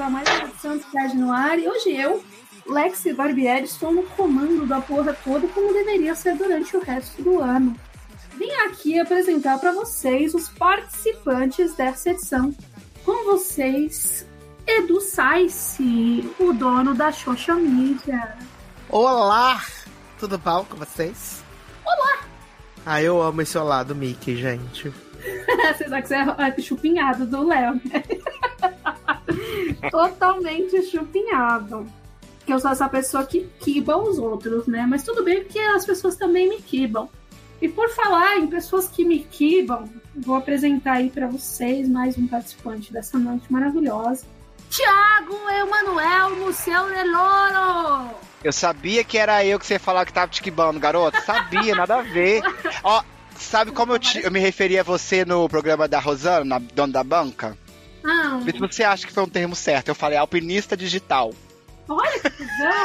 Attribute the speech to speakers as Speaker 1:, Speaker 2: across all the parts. Speaker 1: a mais cidade no ar. E hoje eu, Lex e Barbieri, estou no comando da porra toda, como deveria ser durante o resto do ano. Vim aqui apresentar para vocês os participantes dessa edição. Com vocês, Edu Saice, o dono da Xoxa Mídia.
Speaker 2: Olá! Tudo bom com vocês?
Speaker 1: Olá!
Speaker 2: Ah, eu amo esse olá do Mickey, gente.
Speaker 1: Você sabe que você é chupinhado do Léo, né? Totalmente chupinhado. Que eu sou essa pessoa que quiba os outros, né? Mas tudo bem, porque as pessoas também me quibam. E por falar em pessoas que me quibam, vou apresentar aí para vocês mais um participante dessa noite maravilhosa. Tiago Emanuel Museu de Loro!
Speaker 3: Eu sabia que era eu que você ia falar que tava te quibando, garoto. Sabia, nada a ver. Ó, sabe como eu, te- eu me referi a você no programa da Rosana, na dona da banca?
Speaker 1: Ah,
Speaker 3: Vê se você acha que foi um termo certo. Eu falei alpinista digital.
Speaker 1: olha que cuzão!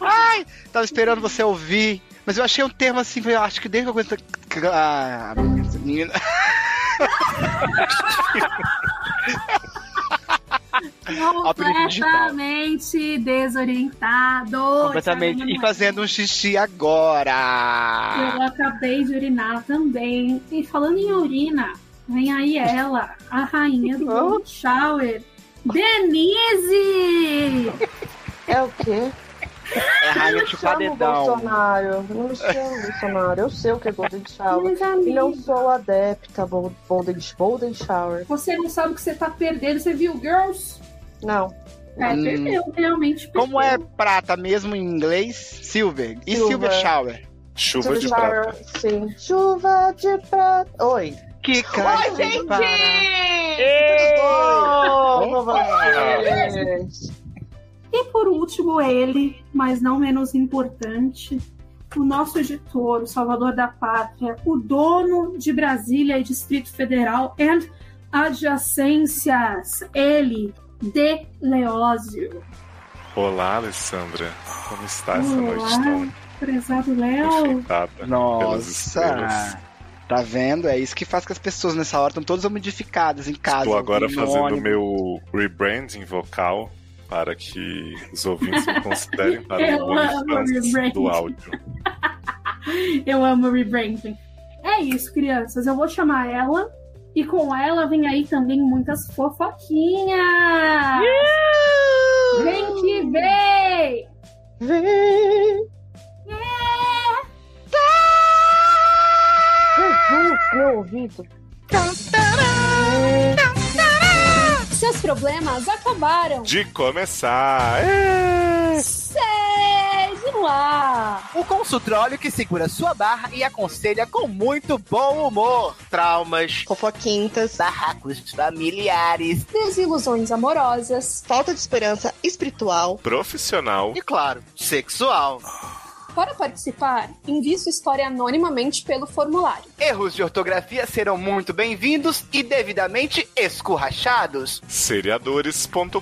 Speaker 3: Ai, tava esperando você ouvir. Mas eu achei um termo assim, eu acho que desde que eu conheço. Ah, essa menina. Apelido digital.
Speaker 1: Completamente desorientado.
Speaker 3: Completamente.
Speaker 1: Tiago
Speaker 3: E
Speaker 1: Emanuel.
Speaker 3: fazendo um xixi agora.
Speaker 1: Eu acabei de urinar também. E falando em urina, vem aí ela, a rainha do
Speaker 3: Oh.
Speaker 1: Golden Shower, Denise!
Speaker 4: É o quê?
Speaker 3: É a
Speaker 4: Eu
Speaker 3: rainha
Speaker 4: não
Speaker 3: de
Speaker 4: chamo
Speaker 3: padedão.
Speaker 4: Bolsonaro. Eu não chamo Bolsonaro. Eu sei o que é Golden Shower.
Speaker 1: Mas,
Speaker 4: E
Speaker 1: amiga,
Speaker 4: não sou adepta Bo- Golden, Golden Shower.
Speaker 1: você não sabe o que você tá perdendo. Você viu Girls?
Speaker 4: Não.
Speaker 1: É,
Speaker 3: Hum.
Speaker 1: perdeu, realmente perdeu.
Speaker 3: Como é prata mesmo em inglês? Silver. E
Speaker 4: Silver.
Speaker 3: Silver Shower.
Speaker 5: Chuva
Speaker 4: Golden
Speaker 5: de
Speaker 4: Shower,
Speaker 5: prata.
Speaker 4: Sim. Chuva de prata. Oi.
Speaker 3: Que cara.
Speaker 4: Oi, gente!
Speaker 3: Ei!
Speaker 1: E por último, ele, mas não menos importante, o nosso editor, o salvador da pátria, o dono de Brasília e Distrito Federal and adjacências, ele, De Leózio.
Speaker 5: Olá, Alessandra. Como está essa
Speaker 1: Olá.
Speaker 5: noite tão
Speaker 1: Prezado Léo,
Speaker 5: enfeitada pelas estrelas?
Speaker 3: Nossa. Tá vendo? É isso que faz que as pessoas nessa hora estão todas modificadas em casa.
Speaker 5: Estou agora
Speaker 3: no
Speaker 5: fazendo
Speaker 3: ônibus.
Speaker 5: meu rebranding vocal para que os ouvintes me considerem para
Speaker 1: Eu
Speaker 5: o Luan
Speaker 1: amo
Speaker 5: Francis
Speaker 1: rebranding.
Speaker 5: do áudio.
Speaker 1: eu amo rebranding. É isso, crianças, eu vou chamar ela. E com ela vem aí também muitas fofoquinhas! Vem que vem!
Speaker 4: Vem. Jesus, meu ouvido.
Speaker 6: Seus problemas acabaram.
Speaker 5: De começar! É!
Speaker 6: Seja lá.
Speaker 2: O consultório que segura sua barra e aconselha com muito bom humor. Traumas,
Speaker 7: fofoquintas,
Speaker 2: barracos familiares
Speaker 6: Desilusões amorosas.
Speaker 7: falta de esperança espiritual.
Speaker 5: Profissional.
Speaker 2: e, claro, sexual.
Speaker 6: Para participar, envie sua história anonimamente pelo formulário.
Speaker 2: Erros de ortografia serão muito bem-vindos e devidamente escorrachados.
Speaker 5: seriadores.com.br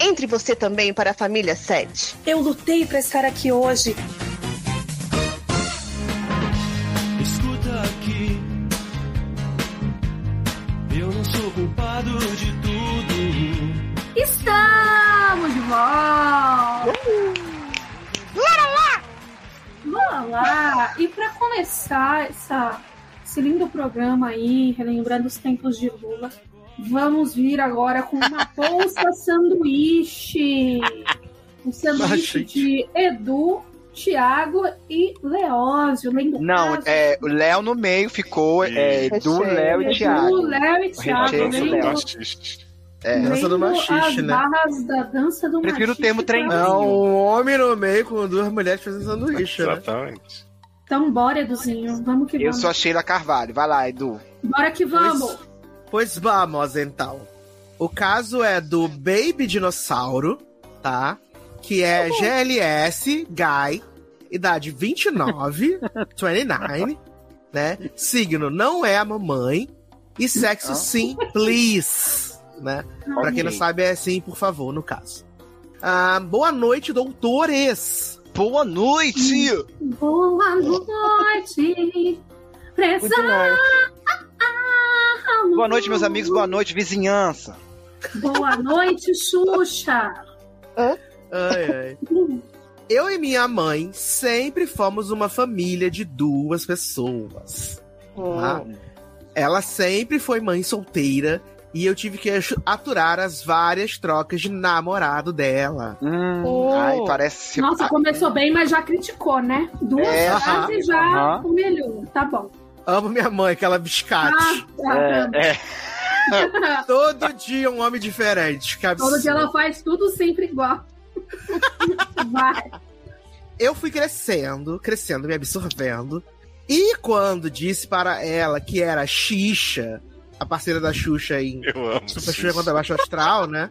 Speaker 7: Entre você também para a família 7.
Speaker 8: Eu lutei pra estar aqui hoje.
Speaker 9: Escuta aqui. Eu não sou culpado de tudo.
Speaker 1: Estamos de volta! Bora lá! Bora lá! E para começar essa, esse lindo programa aí, relembrando os tempos de Lula, vamos vir agora com uma bolsa sanduíche! Um sanduíche
Speaker 2: Ah,
Speaker 1: de Edu, Tiago e Leózio. Lembra? Ah,
Speaker 3: Não, é, o Léo no meio ficou. É,
Speaker 4: Isso.
Speaker 3: do Léo e
Speaker 4: Recheio.
Speaker 1: Edu,
Speaker 3: Thiago.
Speaker 1: Léo e
Speaker 3: Ah,
Speaker 1: Tiago.
Speaker 3: Recheio do
Speaker 1: lembra?
Speaker 3: Léo. É.
Speaker 2: Dança do
Speaker 1: Lembra
Speaker 2: machixe,
Speaker 1: as
Speaker 2: né?
Speaker 1: barras da dança do
Speaker 3: Prefiro o
Speaker 1: machixe
Speaker 3: termo
Speaker 1: pra
Speaker 3: trem-
Speaker 1: mim.
Speaker 2: Não, um homem no meio com duas mulheres fazendo sanduíche, né?
Speaker 5: Exatamente.
Speaker 1: Então, bora, Eduzinho. Vamos que
Speaker 3: Eu
Speaker 1: vamos.
Speaker 3: sou a Sheila Carvalho. Vai lá, Edu.
Speaker 1: Bora que vamos.
Speaker 2: Pois vamos, então. O caso é do Baby Dinossauro, tá? Que é GLS, Guy, idade 29, 29, né? Signo não é a mamãe. E sexo
Speaker 3: Ah.
Speaker 2: sim, please, né? Pra quem não sabe, é sim, por favor, no caso. Ah, boa noite, doutores!
Speaker 3: Boa noite!
Speaker 1: Boa noite.
Speaker 4: Good night.
Speaker 1: Pressão Não, não
Speaker 3: Boa
Speaker 1: tem
Speaker 3: noite, meus
Speaker 1: não.
Speaker 3: amigos. Boa noite, vizinhança.
Speaker 1: Boa noite, Xuxa.
Speaker 2: Ai, ai. Eu e minha mãe sempre fomos uma família de duas pessoas. tá? Ela sempre foi mãe solteira e eu tive que aturar as várias trocas de namorado dela.
Speaker 3: Hum, Ai, parece.
Speaker 1: Nossa,
Speaker 3: Ah,
Speaker 1: começou bem, mas já criticou, né? Duas
Speaker 3: É,
Speaker 1: frases já
Speaker 3: aham.
Speaker 1: humilhou. Tá bom.
Speaker 2: Amo minha mãe, aquela
Speaker 1: Ah,
Speaker 2: biscate.
Speaker 1: tá.
Speaker 3: é.
Speaker 2: Todo dia um homem diferente. Que
Speaker 1: Todo dia
Speaker 2: absurdo.
Speaker 1: ela faz tudo sempre igual. Vai.
Speaker 2: eu fui crescendo, crescendo, me absorvendo. E quando disse para ela que era a Xixa, a parceira da Xuxa em
Speaker 5: Eu amo.
Speaker 2: Super
Speaker 5: isso.
Speaker 2: Xuxa contra Baixo Astral, né?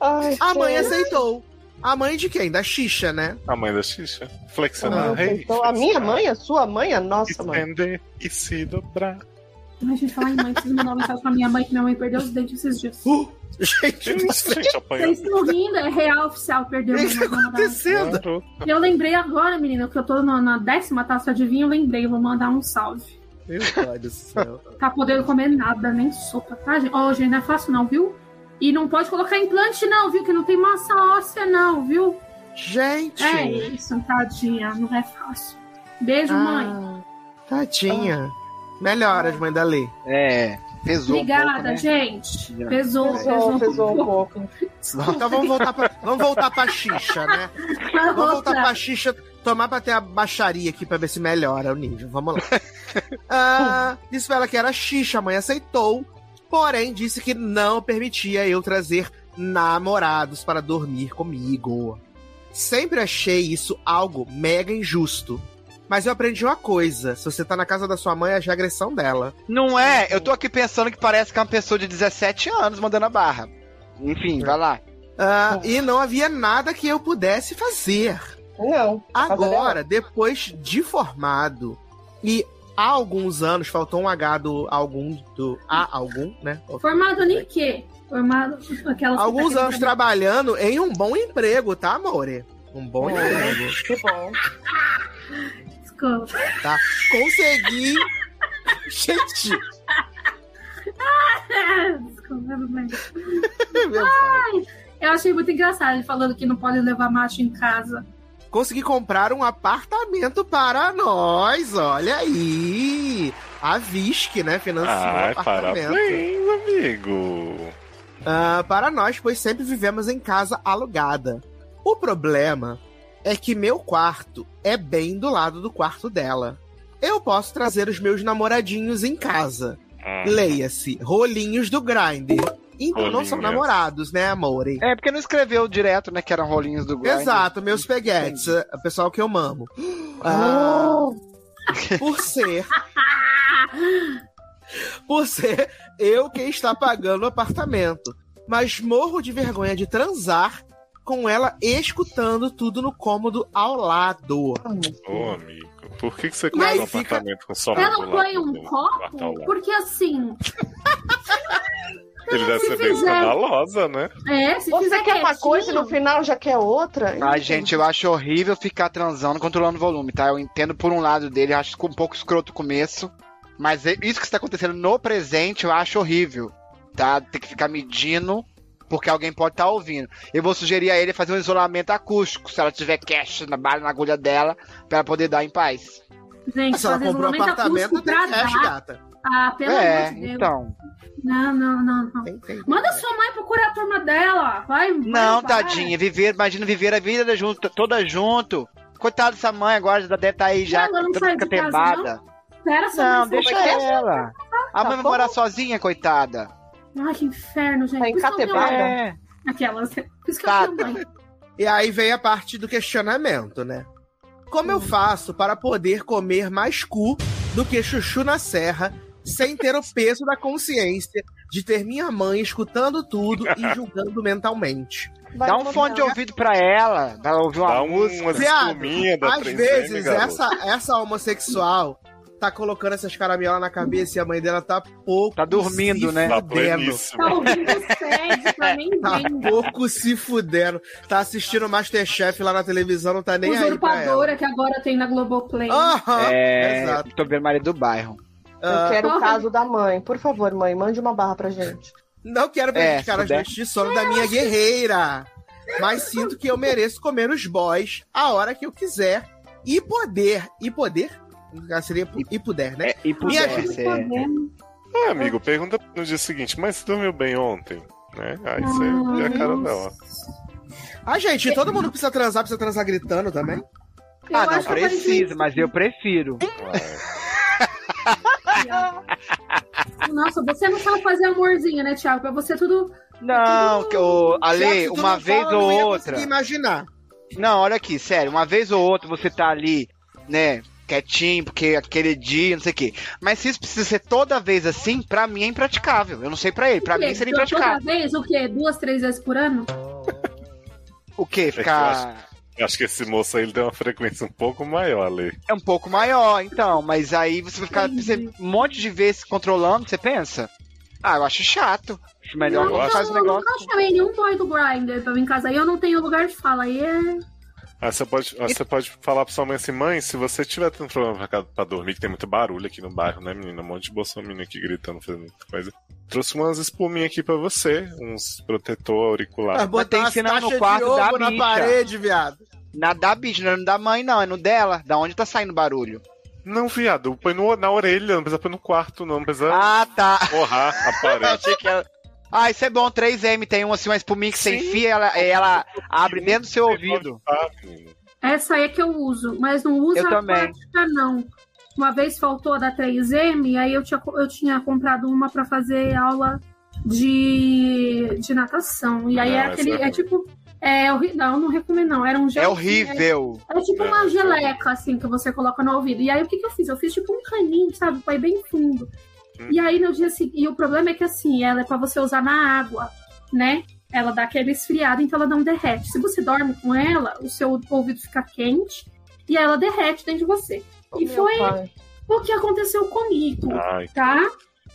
Speaker 4: Ai,
Speaker 2: A mãe
Speaker 4: gente,
Speaker 2: aceitou. A mãe de quem? Da Xixa, né?
Speaker 5: A mãe da Xixa.
Speaker 4: não
Speaker 5: Flexionar. rei,
Speaker 4: aceitou. A minha
Speaker 5: flexionar,
Speaker 4: mãe, a sua mãe, a nossa mãe.
Speaker 5: Estender e se dobrar.
Speaker 1: Ai, gente, falar em mãe, preciso mandar uma mensagem pra minha mãe que minha mãe perdeu os dentes esses dias.
Speaker 2: Uh, gente,
Speaker 5: Gente, gente, apanhou.
Speaker 1: Vocês estão rindo, é real oficial, perdeu
Speaker 2: o
Speaker 1: meu
Speaker 2: que está acontecendo?
Speaker 5: Claro.
Speaker 1: Eu lembrei agora, menina, que eu tô na, na décima taça de vinho, eu lembrei, vou mandar um salve.
Speaker 2: Meu Deus do céu.
Speaker 1: Tá podendo comer nada, nem sopa, tá, gente? Ó, gente, não é fácil não, viu? E não pode colocar implante não, viu? Que não tem massa óssea não, viu?
Speaker 2: Gente,
Speaker 1: É isso, tadinha, não é fácil. Beijo, mãe.
Speaker 2: tadinha. Melhoras, mãe da Lê.
Speaker 3: É, pesou
Speaker 1: Obrigada,
Speaker 3: um pouco, né?
Speaker 1: gente.
Speaker 3: Obrigado.
Speaker 1: Pesou,
Speaker 4: Pesou,
Speaker 1: pesou.
Speaker 4: pesou um pouco.
Speaker 2: Então vamos voltar pra, vamos voltar pra Xixa, né?
Speaker 1: Vai
Speaker 2: Vamos voltar
Speaker 1: voltar.
Speaker 2: pra Xixa, tomar pra ter a baixaria aqui pra ver se melhora o nível. Vamos lá. Ah, disse pra ela que era Xixa, a mãe aceitou, porém disse que não permitia eu trazer namorados para dormir comigo. Sempre achei isso algo mega injusto. Mas eu aprendi uma coisa: se você tá na casa da sua mãe, é já agressão dela.
Speaker 3: Não é? Eu tô aqui pensando que parece que é uma pessoa de 17 anos mandando a barra. Enfim, vai lá.
Speaker 2: Ah, e não havia nada que eu pudesse fazer.
Speaker 4: Não.
Speaker 2: Agora, depois de formado e há alguns anos, faltou um H do algum do a algum, né?
Speaker 1: Formado em quê? Formado aquela
Speaker 2: Alguns anos trabalhando em um bom emprego, tá, amore? Um bom emprego.
Speaker 4: Que bom.
Speaker 1: Desculpa.
Speaker 2: tá? Consegui. Gente,
Speaker 1: Desculpa, mamãe.
Speaker 2: meu pai.
Speaker 1: né? Eu achei muito engraçado ele falando que não pode levar macho em casa.
Speaker 2: Consegui comprar um apartamento para nós, olha aí. A Visc, né? Financiou o
Speaker 5: Ai,
Speaker 2: apartamento.
Speaker 5: Ah, parabéns, amigo.
Speaker 2: Ah, para nós, pois sempre vivemos em casa alugada. O problema é que meu quarto é bem do lado do quarto dela. Eu posso trazer os meus namoradinhos em casa.
Speaker 5: Ah,
Speaker 2: Leia-se, rolinhos do grind. Então não são
Speaker 5: Rolinhos.
Speaker 2: namorados, né, amore?
Speaker 3: É, porque não escreveu direto, né? Que eram rolinhos do Grindr.
Speaker 2: Exato, meus peguetes, o pessoal que eu mamo. Ah, por ser. por ser eu quem está pagando o apartamento. Mas morro de vergonha de transar com ela escutando tudo no cômodo ao lado.
Speaker 5: Ô, amigo, por que, que você
Speaker 2: Mas
Speaker 5: comprou um
Speaker 2: fica-
Speaker 5: apartamento com só
Speaker 1: Ela
Speaker 5: do lado
Speaker 1: põe um
Speaker 5: do quarto ao
Speaker 1: copo?
Speaker 5: lado?
Speaker 1: Porque assim,
Speaker 5: Ele deve
Speaker 1: se
Speaker 5: ser bem
Speaker 1: fizer-
Speaker 5: escandalosa, né?
Speaker 1: é, se
Speaker 4: Você
Speaker 1: fizer
Speaker 4: quer uma
Speaker 1: quietinho,
Speaker 4: coisa e no final já quer outra?
Speaker 3: Ai, gente, eu acho horrível ficar transando, controlando o volume, tá? Eu entendo por um lado dele, acho um pouco escroto o começo. Mas é- isso que está acontecendo no presente eu acho horrível, tá? Tem que ficar medindo, porque alguém pode estar ouvindo. Eu vou sugerir a ele fazer um isolamento acústico, se ela tiver cash na bala na agulha dela, pra ela poder dar em paz.
Speaker 1: Gente,
Speaker 2: Se ela
Speaker 1: fazer
Speaker 2: comprou um
Speaker 1: isolamento
Speaker 2: apartamento,
Speaker 1: acústico pra
Speaker 2: tem cash,
Speaker 1: dar.
Speaker 2: gata.
Speaker 1: Ah, pelo
Speaker 3: é,
Speaker 1: amor de Deus.
Speaker 3: então.
Speaker 1: Não, não, não, não.
Speaker 2: Tem, tem.
Speaker 1: Manda sua mãe procurar a turma dela. Vai, vai,
Speaker 3: Não,
Speaker 1: vai.
Speaker 3: tadinha, viver, imagina viver a vida junto, toda junto. Coitada dessa mãe agora, já deve estar aí já
Speaker 1: Não, ela não
Speaker 3: toda
Speaker 1: sai de casa,
Speaker 3: catebada.
Speaker 1: Espera sua
Speaker 3: Não,
Speaker 1: mãe sair
Speaker 3: deixa
Speaker 1: de casa. Tá
Speaker 3: ela. A mãe vai
Speaker 4: bom.
Speaker 3: morar sozinha, coitada. É,
Speaker 1: Ai, que inferno, gente.
Speaker 4: Tá
Speaker 1: Por isso que eu tenho
Speaker 4: encatebada.
Speaker 1: mãe. Aquelas. Por isso que
Speaker 3: Tá.
Speaker 1: eu tenho mãe.
Speaker 2: E aí vem a parte do questionamento, né? Como eu faço para poder comer mais cu do que chuchu na serra sem ter o peso da consciência de ter minha mãe escutando tudo e julgando mentalmente?
Speaker 3: Dá um fone de ouvido pra ela, pra ela ouvir uma
Speaker 5: Dá um
Speaker 3: música.
Speaker 5: umas
Speaker 2: Viado,
Speaker 5: espuminhas da
Speaker 2: Às
Speaker 5: 3M,
Speaker 2: vezes,
Speaker 5: garoto. Tá
Speaker 2: essa, essa homossexual tá colocando essas caramiolas na cabeça e a mãe dela tá pouco.
Speaker 3: Tá dormindo,
Speaker 2: se
Speaker 3: né?
Speaker 5: Tá
Speaker 2: Fudendo.
Speaker 5: pleníssima.
Speaker 1: Tá ouvindo sede pra nem
Speaker 2: Tá
Speaker 1: vem.
Speaker 2: pouco se fudendo. Tá assistindo Masterchef lá na televisão, não tá nem aí pra ela.
Speaker 1: Usurpadora que agora tem na Globoplay.
Speaker 2: Aham,
Speaker 3: É,
Speaker 2: exato.
Speaker 3: tô vendo marido do bairro.
Speaker 4: Eu
Speaker 2: Ah,
Speaker 4: quero
Speaker 1: Porra.
Speaker 4: o caso da mãe. Por favor, mãe, mande uma barra pra gente.
Speaker 2: Não quero prejudicar
Speaker 3: É, se
Speaker 2: as
Speaker 3: puder.
Speaker 2: noites de sono da minha guerreira. Mas sinto que eu mereço comer os boys a hora que eu quiser. E poder. E poder? Ah, Seria pu- e puder, né?
Speaker 3: É, e
Speaker 2: Minha
Speaker 3: puder
Speaker 2: gente-
Speaker 3: ser.
Speaker 1: Então,
Speaker 5: Ah, amigo, pergunta no dia seguinte, mas você dormiu bem ontem? Né? Aí você vê a
Speaker 1: Hum.
Speaker 5: cara dela.
Speaker 2: Ah, gente, todo mundo precisa transar, precisa transar gritando também.
Speaker 1: Eu
Speaker 3: Ah,
Speaker 1: acho
Speaker 3: não,
Speaker 1: que aparentemente-
Speaker 3: precisa, mas eu prefiro.
Speaker 5: Vai.
Speaker 1: Nossa, você não sabe fazer amorzinho, né, Thiago? Pra você é tudo.
Speaker 3: Não, que, ô,
Speaker 2: Já que
Speaker 3: Ale,
Speaker 2: tu não
Speaker 3: uma vez
Speaker 2: fala, eu
Speaker 3: ou
Speaker 2: não ia
Speaker 3: outra.
Speaker 2: conseguir imaginar.
Speaker 3: Não, olha aqui, sério, uma vez ou outra você tá ali, né, quietinho, porque aquele dia, não sei o quê. Mas se isso precisa ser toda vez assim, pra mim é impraticável. Eu não sei pra ele, pra mim seria
Speaker 1: Toda
Speaker 3: impraticável.
Speaker 1: vez, o quê? Duas, três vezes por ano?
Speaker 3: O quê? Ficar
Speaker 5: Eu Acho que esse moço aí ele tem uma frequência um pouco maior, Ale.
Speaker 3: é um pouco maior, então, mas aí você vai ficar você- um monte de vezes controlando, você pensa? Ah, eu acho chato. Acho melhor
Speaker 5: Não,
Speaker 3: não,
Speaker 5: eu
Speaker 3: faz o
Speaker 1: então eu
Speaker 3: negócio.
Speaker 1: nunca chamei nenhum boy do Grindr pra mim em casa. Aí eu não tenho lugar de fala. Aí é.
Speaker 5: Aí Ah, você pode, aí você pode falar pra sua mãe assim, mãe, se você tiver tendo problema pra, ca- pra dormir, que tem muito barulho aqui no bairro, né, menina? Um monte de bolsominion aqui gritando, fazendo muita coisa. Trouxe umas espuminhas aqui pra você, uns protetor auricular.
Speaker 2: Ah,
Speaker 3: tem
Speaker 2: botar
Speaker 3: que
Speaker 2: umas
Speaker 3: ensinar no
Speaker 2: taxas de
Speaker 3: quarto da
Speaker 2: ovo na
Speaker 3: bicha.
Speaker 2: parede, viado.
Speaker 3: Na da bicha, não é no da mãe, não, é no dela. Da onde tá saindo barulho?
Speaker 5: Não, viado, põe no- na orelha, não precisa pôr no quarto, não, não precisa
Speaker 3: Ah, tá.
Speaker 5: borrar a
Speaker 3: Eu
Speaker 5: parede.
Speaker 3: achei que era. Ah, isso é bom, 3M tem um assim, uma espuminha que você
Speaker 5: Sim.
Speaker 3: enfia, ela, ela abre dentro do seu ouvido.
Speaker 5: Ah, menino.
Speaker 1: Essa aí é que eu uso. Mas não usa
Speaker 3: Eu
Speaker 1: a
Speaker 3: também.
Speaker 1: prática, não. Uma vez faltou a da 3M, aí eu tinha, eu tinha comprado uma pra fazer aula de, de natação. E aí
Speaker 5: Não,
Speaker 1: era
Speaker 5: essa
Speaker 1: aquele.
Speaker 5: é
Speaker 1: É,
Speaker 5: ruim.
Speaker 1: tipo. É horrível. Não, não recomendo, não. Era um
Speaker 3: É
Speaker 1: gel.
Speaker 3: horrível.
Speaker 1: É tipo
Speaker 5: Não,
Speaker 1: uma
Speaker 5: isso é horrível.
Speaker 1: geleca, assim, que você coloca no ouvido. E aí o que, que eu fiz? Eu fiz tipo um caninho, sabe? Foi bem fundo.
Speaker 5: Hum.
Speaker 1: E aí no dia seguinte. E o problema é que assim, ela é pra você usar na água, né? Ela dá aquele esfriado, então ela não derrete. Se você dorme com ela, o seu ouvido fica quente e ela derrete dentro de você. E
Speaker 4: Meu
Speaker 1: foi
Speaker 4: pai.
Speaker 1: o que aconteceu comigo,
Speaker 5: Ai,
Speaker 1: tá?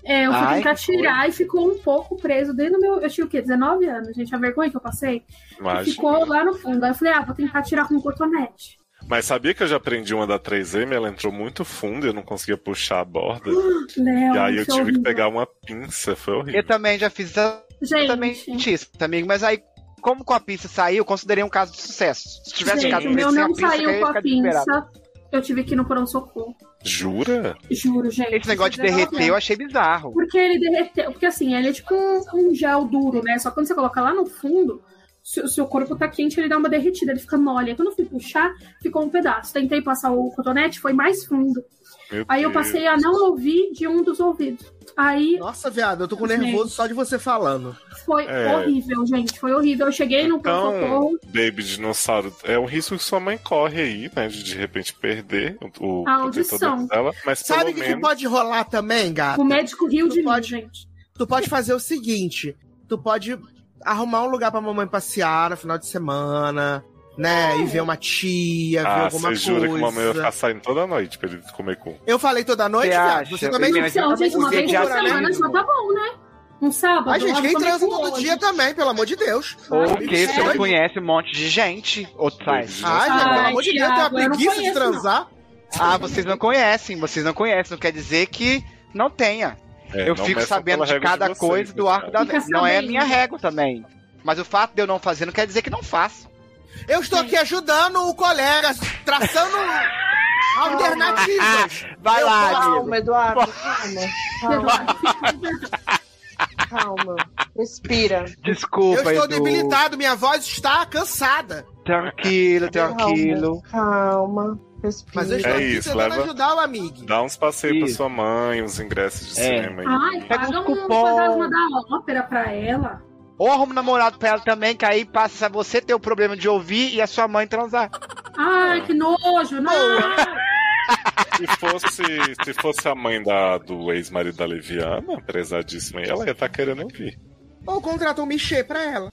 Speaker 1: É, eu fui
Speaker 3: Ai,
Speaker 1: tentar
Speaker 3: que foi.
Speaker 1: tirar e ficou um pouco preso dentro do meu. Eu tinha o quê? 19 anos, gente. A vergonha que eu passei. E
Speaker 5: mágico.
Speaker 1: ficou lá no fundo. Aí eu falei, ah, vou tentar tirar com um cotonete.
Speaker 5: Mas sabia que eu já aprendi uma da 3M? Ela entrou muito fundo e eu não conseguia puxar a borda.
Speaker 1: Léo,
Speaker 5: e aí eu
Speaker 1: isso
Speaker 5: tive
Speaker 1: é horrível.
Speaker 5: que pegar uma pinça, foi horrível.
Speaker 3: Eu também já fiz
Speaker 1: Gente,
Speaker 3: exatamente isso, amigo. Mas aí, como com a pinça saiu, eu considerei um caso de sucesso. Se tivesse
Speaker 1: gente,
Speaker 3: ficado
Speaker 1: o meu
Speaker 3: sem a
Speaker 1: não
Speaker 3: pinça, eu
Speaker 1: saiu
Speaker 3: ia
Speaker 1: com
Speaker 3: ficar
Speaker 1: a
Speaker 3: desesperado.
Speaker 1: pinça. Eu tive que ir no pronto-socorro.
Speaker 5: Jura?
Speaker 1: Juro, gente. é
Speaker 3: Esse negócio de derreter eu achei bizarro.
Speaker 1: Porque ele derreteu. Porque assim, ele é tipo um, um gel duro, né? Só que quando você coloca lá no fundo, se o seu corpo tá quente, ele dá uma derretida, ele fica mole. Aí Quando eu fui puxar, ficou um pedaço. Tentei passar o cotonete, foi mais fundo.
Speaker 5: Meu
Speaker 1: Aí eu
Speaker 5: Deus.
Speaker 1: passei a não ouvir de um dos ouvidos. Aí
Speaker 2: Nossa, viado, eu tô com nervoso só de você falando.
Speaker 1: foi
Speaker 5: É.
Speaker 1: horrível, gente. Foi horrível. Eu cheguei no
Speaker 5: Então,
Speaker 1: pronto-socorro.
Speaker 5: baby dinossauro, é um risco que sua mãe corre aí, né? De de repente perder o, o
Speaker 1: A audição.
Speaker 5: protetor dela. Mas
Speaker 2: Sabe o
Speaker 5: pelo
Speaker 2: que, tipo que
Speaker 5: menos.
Speaker 2: pode rolar também, gata?
Speaker 1: O médico riu
Speaker 2: Tu
Speaker 1: de mim,
Speaker 2: pode-
Speaker 1: gente.
Speaker 2: Tu pode fazer o seguinte: tu pode arrumar um lugar pra mamãe passear no final de semana, né? E ver uma tia, ver
Speaker 5: Ah,
Speaker 2: é, alguma coisa.
Speaker 5: você jura que uma mãe vai ficar saindo toda noite pra ele comer com.
Speaker 2: Eu falei toda noite,
Speaker 3: Você
Speaker 2: viado.
Speaker 3: acha? Então,
Speaker 2: Você também
Speaker 3: Eu
Speaker 2: não
Speaker 3: Mas
Speaker 1: Não, Então,
Speaker 3: também
Speaker 1: gente, uma
Speaker 3: você
Speaker 1: vez
Speaker 3: já
Speaker 1: por
Speaker 3: tá
Speaker 1: semana
Speaker 3: mesmo.
Speaker 1: já tá bom, né? Um sábado.
Speaker 2: Ai, gente,
Speaker 1: eu
Speaker 2: quem
Speaker 1: como é
Speaker 2: transa
Speaker 1: que
Speaker 2: todo
Speaker 1: hoje?
Speaker 2: dia também, pelo amor de Deus.
Speaker 3: Ou
Speaker 1: Ai,
Speaker 3: que
Speaker 1: sério?
Speaker 3: você conhece um monte de gente, outro
Speaker 5: Ai,
Speaker 3: site.
Speaker 2: Ai, gente, pelo
Speaker 1: Ai,
Speaker 2: amor de Deus, tem uma
Speaker 1: Thiago, eu não
Speaker 2: preguiça de
Speaker 1: conheço, não.
Speaker 2: transar.
Speaker 3: Ah, vocês não conhecem, vocês não conhecem. Não quer dizer que não tenha.
Speaker 5: É,
Speaker 3: eu
Speaker 5: não
Speaker 3: fico
Speaker 5: meçam
Speaker 3: sabendo
Speaker 5: pela
Speaker 3: de
Speaker 5: régua
Speaker 3: cada
Speaker 5: vocês,
Speaker 3: coisa do
Speaker 5: né,
Speaker 3: arco da
Speaker 5: cara?
Speaker 1: Fica
Speaker 3: Não é a
Speaker 1: sabendo.
Speaker 3: minha régua também. Mas o fato de eu não fazer não quer dizer que não faço.
Speaker 2: Eu estou aqui ajudando o colega, traçando alternativas.
Speaker 3: Vai
Speaker 2: Eu
Speaker 3: lá,
Speaker 2: falo,
Speaker 3: amigo.
Speaker 4: Calma, Eduardo, calma. Calma, calma. Respira.
Speaker 2: Eu
Speaker 3: Desculpa,
Speaker 2: estou
Speaker 3: Edu.
Speaker 2: debilitado, minha voz está cansada.
Speaker 3: Tranquilo, tranquilo.
Speaker 4: Calma. Respira.
Speaker 2: Mas eu estou
Speaker 5: É
Speaker 2: aqui
Speaker 5: isso,
Speaker 2: tentando
Speaker 5: leva-
Speaker 2: ajudar o amigo.
Speaker 5: Dá uns passeios pra
Speaker 3: Isso.
Speaker 5: sua mãe, uns ingressos de
Speaker 3: É.
Speaker 5: cinema aí.
Speaker 1: Ai,
Speaker 3: Pega
Speaker 1: paga
Speaker 3: uns
Speaker 1: um
Speaker 3: cupom.
Speaker 1: fantasma da ópera pra ela.
Speaker 3: Ou arruma um namorado pra ela também, que aí passa você ter o problema de ouvir e a sua mãe transar.
Speaker 1: Ai, que nojo. né? Não.
Speaker 5: Se fosse, se fosse a mãe da, do ex-marido da Leviana, prezadíssima, aí, ela ia estar querendo ouvir.
Speaker 2: Ou contrata um Michê pra ela.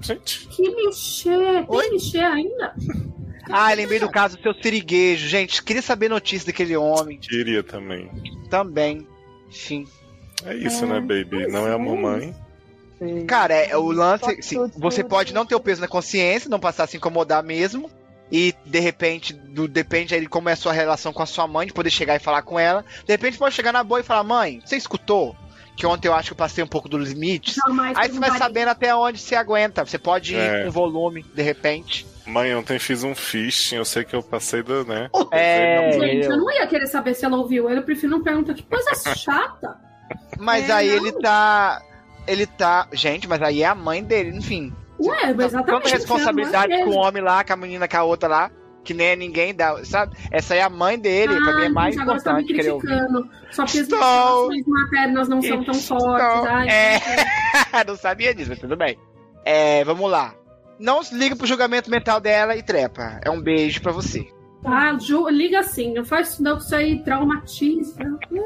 Speaker 5: Gente,
Speaker 1: Que mexer.
Speaker 2: Oi?
Speaker 1: Tem mexer ainda?
Speaker 3: Ah, lembrei do caso do seu siriguejo. Gente, queria saber notícia daquele homem
Speaker 5: queria também.
Speaker 3: também. Enfim.
Speaker 5: É isso, né, baby? Não é a mamãe.
Speaker 4: Respira.
Speaker 3: Cara, é, o lance. assim, você pode não ter o peso na consciência, não passar a se incomodar mesmo. E de repente, do, depende aí de como é a sua relação com a sua mãe, de poder chegar e falar com ela. De repente pode chegar na boa e falar: mãe, você escutou? Que ontem eu acho que eu passei um pouco dos limites.
Speaker 1: Jamais
Speaker 3: Aí você vai
Speaker 1: perguntaria.
Speaker 3: sabendo até onde você aguenta. Você pode ir
Speaker 5: É.
Speaker 3: com volume, de repente.
Speaker 5: Mãe, ontem fiz um phishing, eu sei que eu passei da, né?
Speaker 3: É,
Speaker 1: Gente, eu não ia querer saber se ela ouviu. Eu prefiro não perguntar que coisa chata.
Speaker 3: mas
Speaker 1: É,
Speaker 3: aí
Speaker 1: não.
Speaker 3: ele tá. Ele tá. Gente, mas aí é a mãe dele, enfim.
Speaker 1: Ué, mas exatamente.
Speaker 3: Tanta Então, responsabilidade
Speaker 1: é a
Speaker 3: com
Speaker 1: mãe
Speaker 3: o
Speaker 1: dele.
Speaker 3: homem lá, com a menina, com a outra lá, que nem é ninguém dá, sabe? Essa aí é a mãe dele, pra mim é
Speaker 1: Ah,
Speaker 3: mais
Speaker 1: gente, agora você tá me
Speaker 3: importante que ele ouvir.
Speaker 1: criticando. Só porque as
Speaker 3: Estou.
Speaker 1: próximas matérias não são tão
Speaker 3: Estou.
Speaker 1: fortes. Ai,
Speaker 3: É. não sabia disso, mas tudo bem. É, vamos lá. Não se liga pro julgamento mental dela e trepa. É um beijo pra você.
Speaker 1: Ah, Ju, liga assim, não faz isso não, que isso aí traumatiza.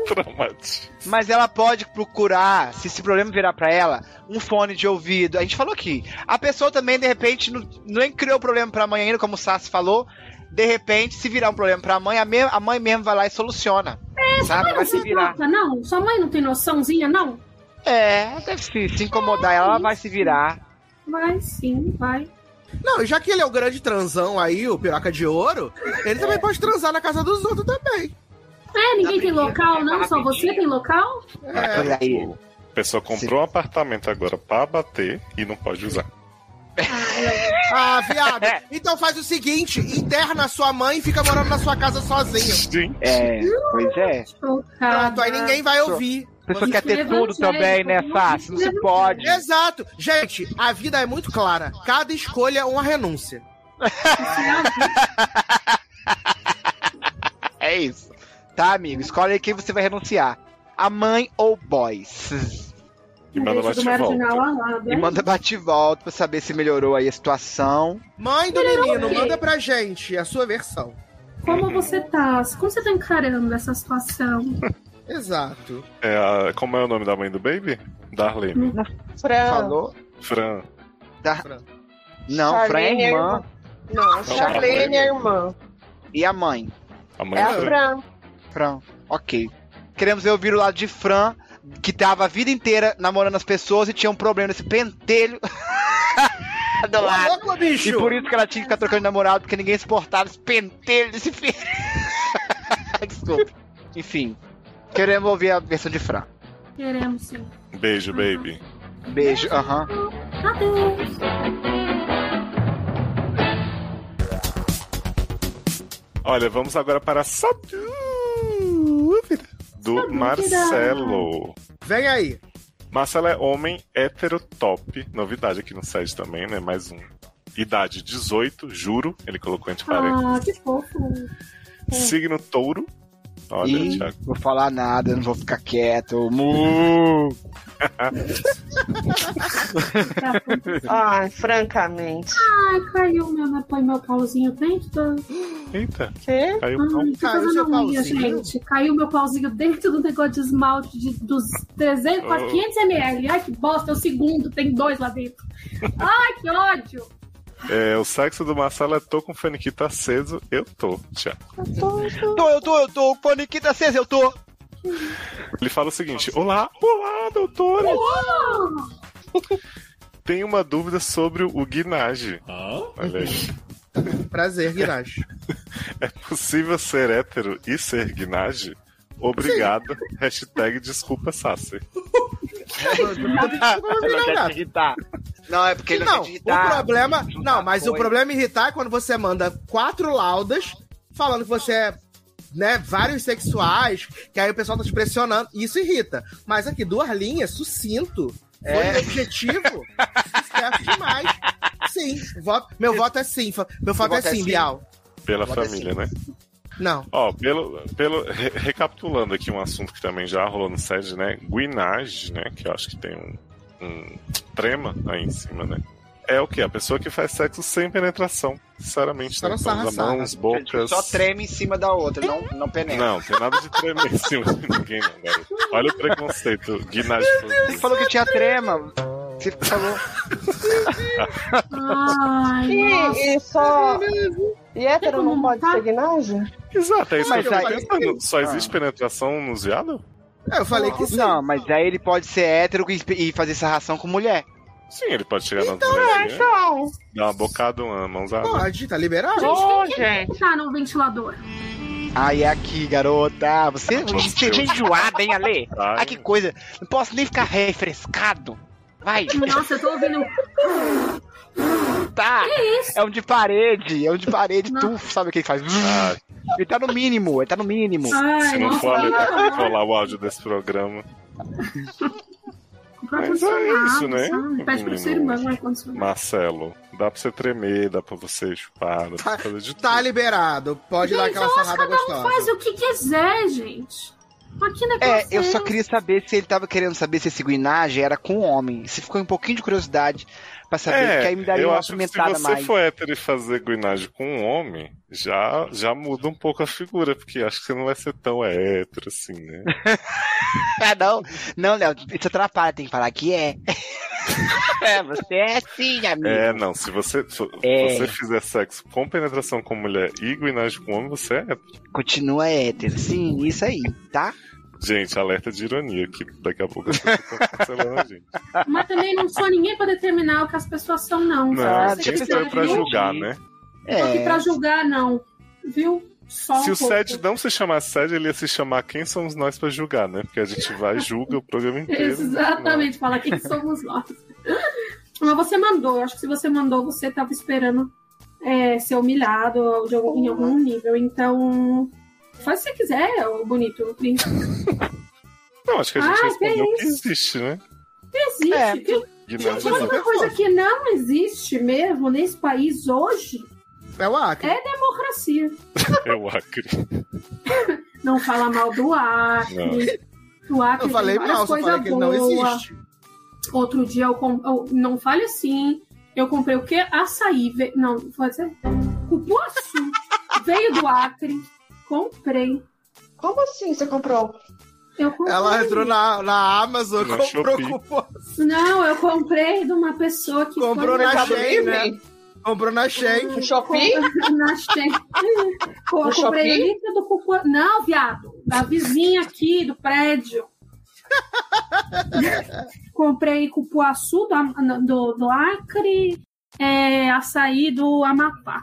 Speaker 5: Traumático.
Speaker 3: Mas ela pode procurar, se esse problema virar pra ela, um fone de ouvido. A gente falou aqui. A pessoa também, de repente, não, nem criou o problema pra mãe ainda, como o Sassi falou. De repente, se virar um problema pra mãe, a, me- a mãe mesmo vai lá e soluciona. sabe? Vai se
Speaker 1: Você
Speaker 3: virar.
Speaker 1: toca, não? Sua mãe não tem noçãozinha, não?
Speaker 3: É, deve se, se incomodar, ela vai se virar.
Speaker 1: Vai sim, vai. É,
Speaker 2: Não, e já que ele é o grande transão aí, o piroca de ouro, ele também pode transar na casa dos outros também.
Speaker 1: É, ninguém tem
Speaker 3: Rapidinho,
Speaker 1: local, não? Só
Speaker 3: rapidinho.
Speaker 1: você tem local?
Speaker 2: É,
Speaker 3: Olha aí.
Speaker 5: A pessoa comprou um apartamento agora pra bater e não pode usar.
Speaker 2: ah, viado. Então faz o seguinte: interna a sua mãe e fica morando na sua casa sozinho.
Speaker 5: Gente,
Speaker 3: É, pois é.
Speaker 1: Chocada.
Speaker 2: Pronto, aí ninguém vai ouvir.
Speaker 3: A pessoa quer ter tudo
Speaker 1: Evangélico,
Speaker 3: também, né,
Speaker 1: não
Speaker 3: Sassi? Não se
Speaker 1: precisa.
Speaker 3: pode.
Speaker 2: Exato. Gente, a vida é muito clara. Cada escolha é uma renúncia.
Speaker 3: É isso. Tá, amigo? Escolhe aí quem você vai renunciar. A mãe ou boys?
Speaker 5: e manda
Speaker 1: Beijo do
Speaker 5: bate e
Speaker 1: marginal
Speaker 5: volta.
Speaker 1: alado,
Speaker 3: E
Speaker 1: é?
Speaker 3: manda bate-volta pra saber se melhorou aí a situação.
Speaker 2: Mãe do menino,
Speaker 1: ok.
Speaker 2: manda pra gente a sua versão.
Speaker 1: Como você tá? Como você tá encarando essa situação?
Speaker 2: Exato.
Speaker 5: É a- como é o nome da mãe do baby? Darlene.
Speaker 4: Fran.
Speaker 3: Falou?
Speaker 5: Fran.
Speaker 3: Não, Fran é
Speaker 4: Charlene é
Speaker 3: irmã.
Speaker 4: irmã. Não, Charlene é a irmã.
Speaker 3: E a mãe?
Speaker 5: A mãe
Speaker 4: É a
Speaker 5: da
Speaker 4: Fran.
Speaker 3: Fran. Ok. Queremos ver ouvir o lado de Fran, que tava a vida inteira namorando as pessoas e tinha um problema nesse pentelho do
Speaker 2: Ô,
Speaker 3: lado.
Speaker 2: louco, bicho!
Speaker 3: E por isso que ela tinha que ficar trocando de namorado, porque ninguém suportava esse pentelho desse filho. Desculpa. Enfim. Queremos ouvir a versão de Fran.
Speaker 1: Queremos sim.
Speaker 5: Beijo, baby.
Speaker 3: Beijo, aham.
Speaker 1: Adeus.
Speaker 5: Olha, vamos agora para a dúvida do Marcelo.
Speaker 2: Vem aí.
Speaker 5: Marcelo é homem heterotop. Novidade aqui no site também, né? Mais um. Idade 18, juro. Ele colocou entre parênteses.
Speaker 1: Ah, que fofo.
Speaker 5: Signo touro. Olha,
Speaker 3: Ih,
Speaker 5: Thiago.
Speaker 3: vou falar nada, não vou ficar quieto. Mu.
Speaker 1: Tá.
Speaker 4: Ai, francamente.
Speaker 1: Ai, caiu meu, põe meu pauzinho tá. dentro da.
Speaker 5: Eita,
Speaker 4: Que?
Speaker 5: caiu um
Speaker 1: Ai, que
Speaker 2: Caiu
Speaker 1: coisa
Speaker 2: seu
Speaker 1: não minha,
Speaker 5: assim,
Speaker 2: pauzinho?
Speaker 1: gente. Caiu meu pauzinho dentro do negócio de esmalte de, dos 300, quase
Speaker 5: Oh.
Speaker 1: 500 ml. Ai, que bosta, é o segundo, tem dois lá dentro. Ai, que ódio.
Speaker 5: É, o sexo do Marcelo é tô com o faniquito aceso, eu tô, Thiago.
Speaker 3: Tô, eu tô, eu tô. O paniquita acesa, eu tô.
Speaker 5: Ele fala o seguinte: Olá, olá, doutora!
Speaker 1: Ah,
Speaker 5: Tem uma dúvida sobre o guinage. Olha aí.
Speaker 2: Prazer, Guinage.
Speaker 5: É possível ser hétero e ser guinage? Obrigado. Hashtag desculpa, Sassi.
Speaker 3: Não quer te irritar. Não, é porque ele não,
Speaker 2: Não,
Speaker 3: quer te
Speaker 2: o
Speaker 3: irritar.
Speaker 2: problema.
Speaker 3: juntar
Speaker 2: Não, mas o
Speaker 3: coisa.
Speaker 2: problema irritar é quando você manda quatro laudas falando que você é. Né, vários sexuais, que aí o pessoal tá te pressionando, isso irrita. Mas aqui, duas linhas, sucinto, foi
Speaker 3: É.
Speaker 2: objetivo, sucesso demais. Sim, voto- meu voto é sim, fa- meu voto é
Speaker 3: voto é
Speaker 2: sim,
Speaker 3: sim.
Speaker 2: Bial.
Speaker 5: Pela
Speaker 2: Agora
Speaker 5: família, né?
Speaker 2: Não,
Speaker 5: Ó, pelo, pelo re- recapitulando aqui um assunto que também já rolou no sede, né? Guinage, né? Que eu acho que tem um, um trema aí em cima, né? É o quê? A pessoa que faz sexo sem penetração, sinceramente.
Speaker 2: Só
Speaker 5: Né?
Speaker 2: na
Speaker 5: Então,
Speaker 2: sarra,
Speaker 5: usa mãos, bocas.
Speaker 3: Só treme em cima da outra, não, não penetra.
Speaker 5: Não, tem nada de tremer em cima de ninguém, não, garoto. Olha o preconceito. Guinage.
Speaker 3: Você falou que tinha trema. Você falou.
Speaker 1: Ai, nossa.
Speaker 4: E, e só. E hétero não pode
Speaker 1: Tá.
Speaker 4: ser guinagem?
Speaker 5: Exato, é isso
Speaker 3: Mas
Speaker 5: que eu tô
Speaker 3: aí-
Speaker 5: pensando. Só existe
Speaker 3: Ah.
Speaker 5: penetração nos viados?
Speaker 2: É, eu falei que sim.
Speaker 3: Não, mas aí ele pode ser hétero e e fazer essa ração com mulher.
Speaker 5: Sim, ele pode chegar nas
Speaker 10: É,
Speaker 5: mulheres. né?
Speaker 10: então.
Speaker 5: Dá uma bocada, uma mãozada.
Speaker 2: Pode, tá liberado.
Speaker 10: Ô,
Speaker 7: é?
Speaker 1: Quem
Speaker 10: gente.
Speaker 1: tá no ventilador?
Speaker 3: Ai, é aqui, garota. Você
Speaker 5: Meu
Speaker 3: você
Speaker 5: Deus.
Speaker 3: é enjoada, hein, Ale?
Speaker 5: Ai.
Speaker 3: Ai, que coisa. Não posso nem ficar refrescado. Vai,
Speaker 1: Nossa, eu tô ouvindo.
Speaker 3: tá. É um de parede, é um de parede,
Speaker 1: Não.
Speaker 3: tuf, sabe o que ele faz?
Speaker 5: Ah,
Speaker 3: Ele tá no mínimo, ele tá no mínimo.
Speaker 5: se
Speaker 1: Ai,
Speaker 5: não
Speaker 1: nossa, tá
Speaker 5: for ali,
Speaker 1: pelo amor,
Speaker 5: rolar o áudio desse programa.
Speaker 1: comprar
Speaker 5: Mas é
Speaker 1: ar-condicionado,
Speaker 5: isso, né?
Speaker 1: sabe? Pede pro seu irmão né, ar-condicionado.
Speaker 5: Marcelo, dá pra você tremer, dá pra você chupar, dá pra
Speaker 2: Tá-
Speaker 5: você fazer de tudo.
Speaker 2: Tá liberado. Pode dar aquela sarrada gostosa.
Speaker 1: Faz o que quiser, gente. Aqui não
Speaker 3: É,
Speaker 1: consenso.
Speaker 3: eu só queria saber se ele tava querendo saber se esse guinagem era com homem. Se ficou um pouquinho de curiosidade pra saber, que aí tá me daria
Speaker 5: É, eu
Speaker 3: uma
Speaker 5: acho que se
Speaker 3: pimentada
Speaker 5: você
Speaker 3: mais.
Speaker 5: for hétero e fazer guinagem com um homem, já, já muda um pouco a figura, porque acho que você não vai ser tão hétero assim, né?
Speaker 3: Ah, não, não, Léo, isso atrapalha, tem que falar que é. é, você é sim, amigo.
Speaker 5: É, não, se você, se
Speaker 3: É.
Speaker 5: você fizer sexo com penetração com mulher e guinagem com homem, você é hétero.
Speaker 3: Continua hétero, sim, isso aí, tá?
Speaker 5: Gente, alerta de ironia, que daqui a pouco as pessoas estão cancelando a gente.
Speaker 1: Mas também não sou ninguém pra determinar o que as pessoas são, não.
Speaker 5: Não,
Speaker 1: Você
Speaker 5: quem
Speaker 1: que
Speaker 5: sou eu
Speaker 1: sabe.
Speaker 5: pra julgar, né?
Speaker 1: Tô aqui
Speaker 3: É.
Speaker 1: pra julgar, não. Viu? Só
Speaker 5: Se
Speaker 1: um
Speaker 5: o
Speaker 1: pouco.
Speaker 5: Sede não se chamar Sede, ele ia se chamar Quem Somos Nós pra Julgar, né? Porque a gente vai e julga o programa inteiro.
Speaker 1: Exatamente, fala quem somos nós. Mas você mandou, eu acho que se você mandou, você tava esperando é, ser humilhado ou de algum, em
Speaker 2: Uhum.
Speaker 1: algum nível. Então, faz o que você quiser, ô bonito. O príncipe
Speaker 5: Não, acho que a gente
Speaker 1: Ah, que
Speaker 5: respondeu o que
Speaker 1: isso.
Speaker 5: existe, né?
Speaker 1: existe.
Speaker 3: É,
Speaker 1: Que-
Speaker 5: Guinagem
Speaker 1: a
Speaker 5: não.
Speaker 2: é
Speaker 1: única coisa que não existe mesmo nesse país hoje
Speaker 2: É o Acre.
Speaker 1: é democracia.
Speaker 5: É o Acre.
Speaker 1: Não fala mal do Acre. Do Acre
Speaker 2: Eu falei
Speaker 1: tem várias
Speaker 2: mal, só
Speaker 1: coisas
Speaker 2: falei que ele não
Speaker 1: boas.
Speaker 2: existe.
Speaker 1: Outro dia eu, com- eu- não fale assim. Eu comprei o quê? Açaí. Ve... Não, pode ser. Cupuaçu. Veio do Acre. Comprei.
Speaker 4: Como assim você comprou?
Speaker 1: Eu comprei.
Speaker 2: Ela entrou na, na Amazon,
Speaker 5: Na
Speaker 2: comprou
Speaker 5: Shopee.
Speaker 2: cupom.
Speaker 1: Não, eu comprei de uma pessoa que
Speaker 2: Comprou
Speaker 1: foi
Speaker 2: na
Speaker 1: Mercado
Speaker 2: Shein,
Speaker 1: Livre.
Speaker 2: né? Comprou na Shein.
Speaker 4: No shopping?
Speaker 1: Na Shein. Co-
Speaker 4: No
Speaker 1: comprei
Speaker 4: shopping?
Speaker 1: litro do cupuaçu. Não, viado. Da vizinha aqui, do prédio. comprei cupuaçu do, Am- do, do Acre. É, açaí do Amapá.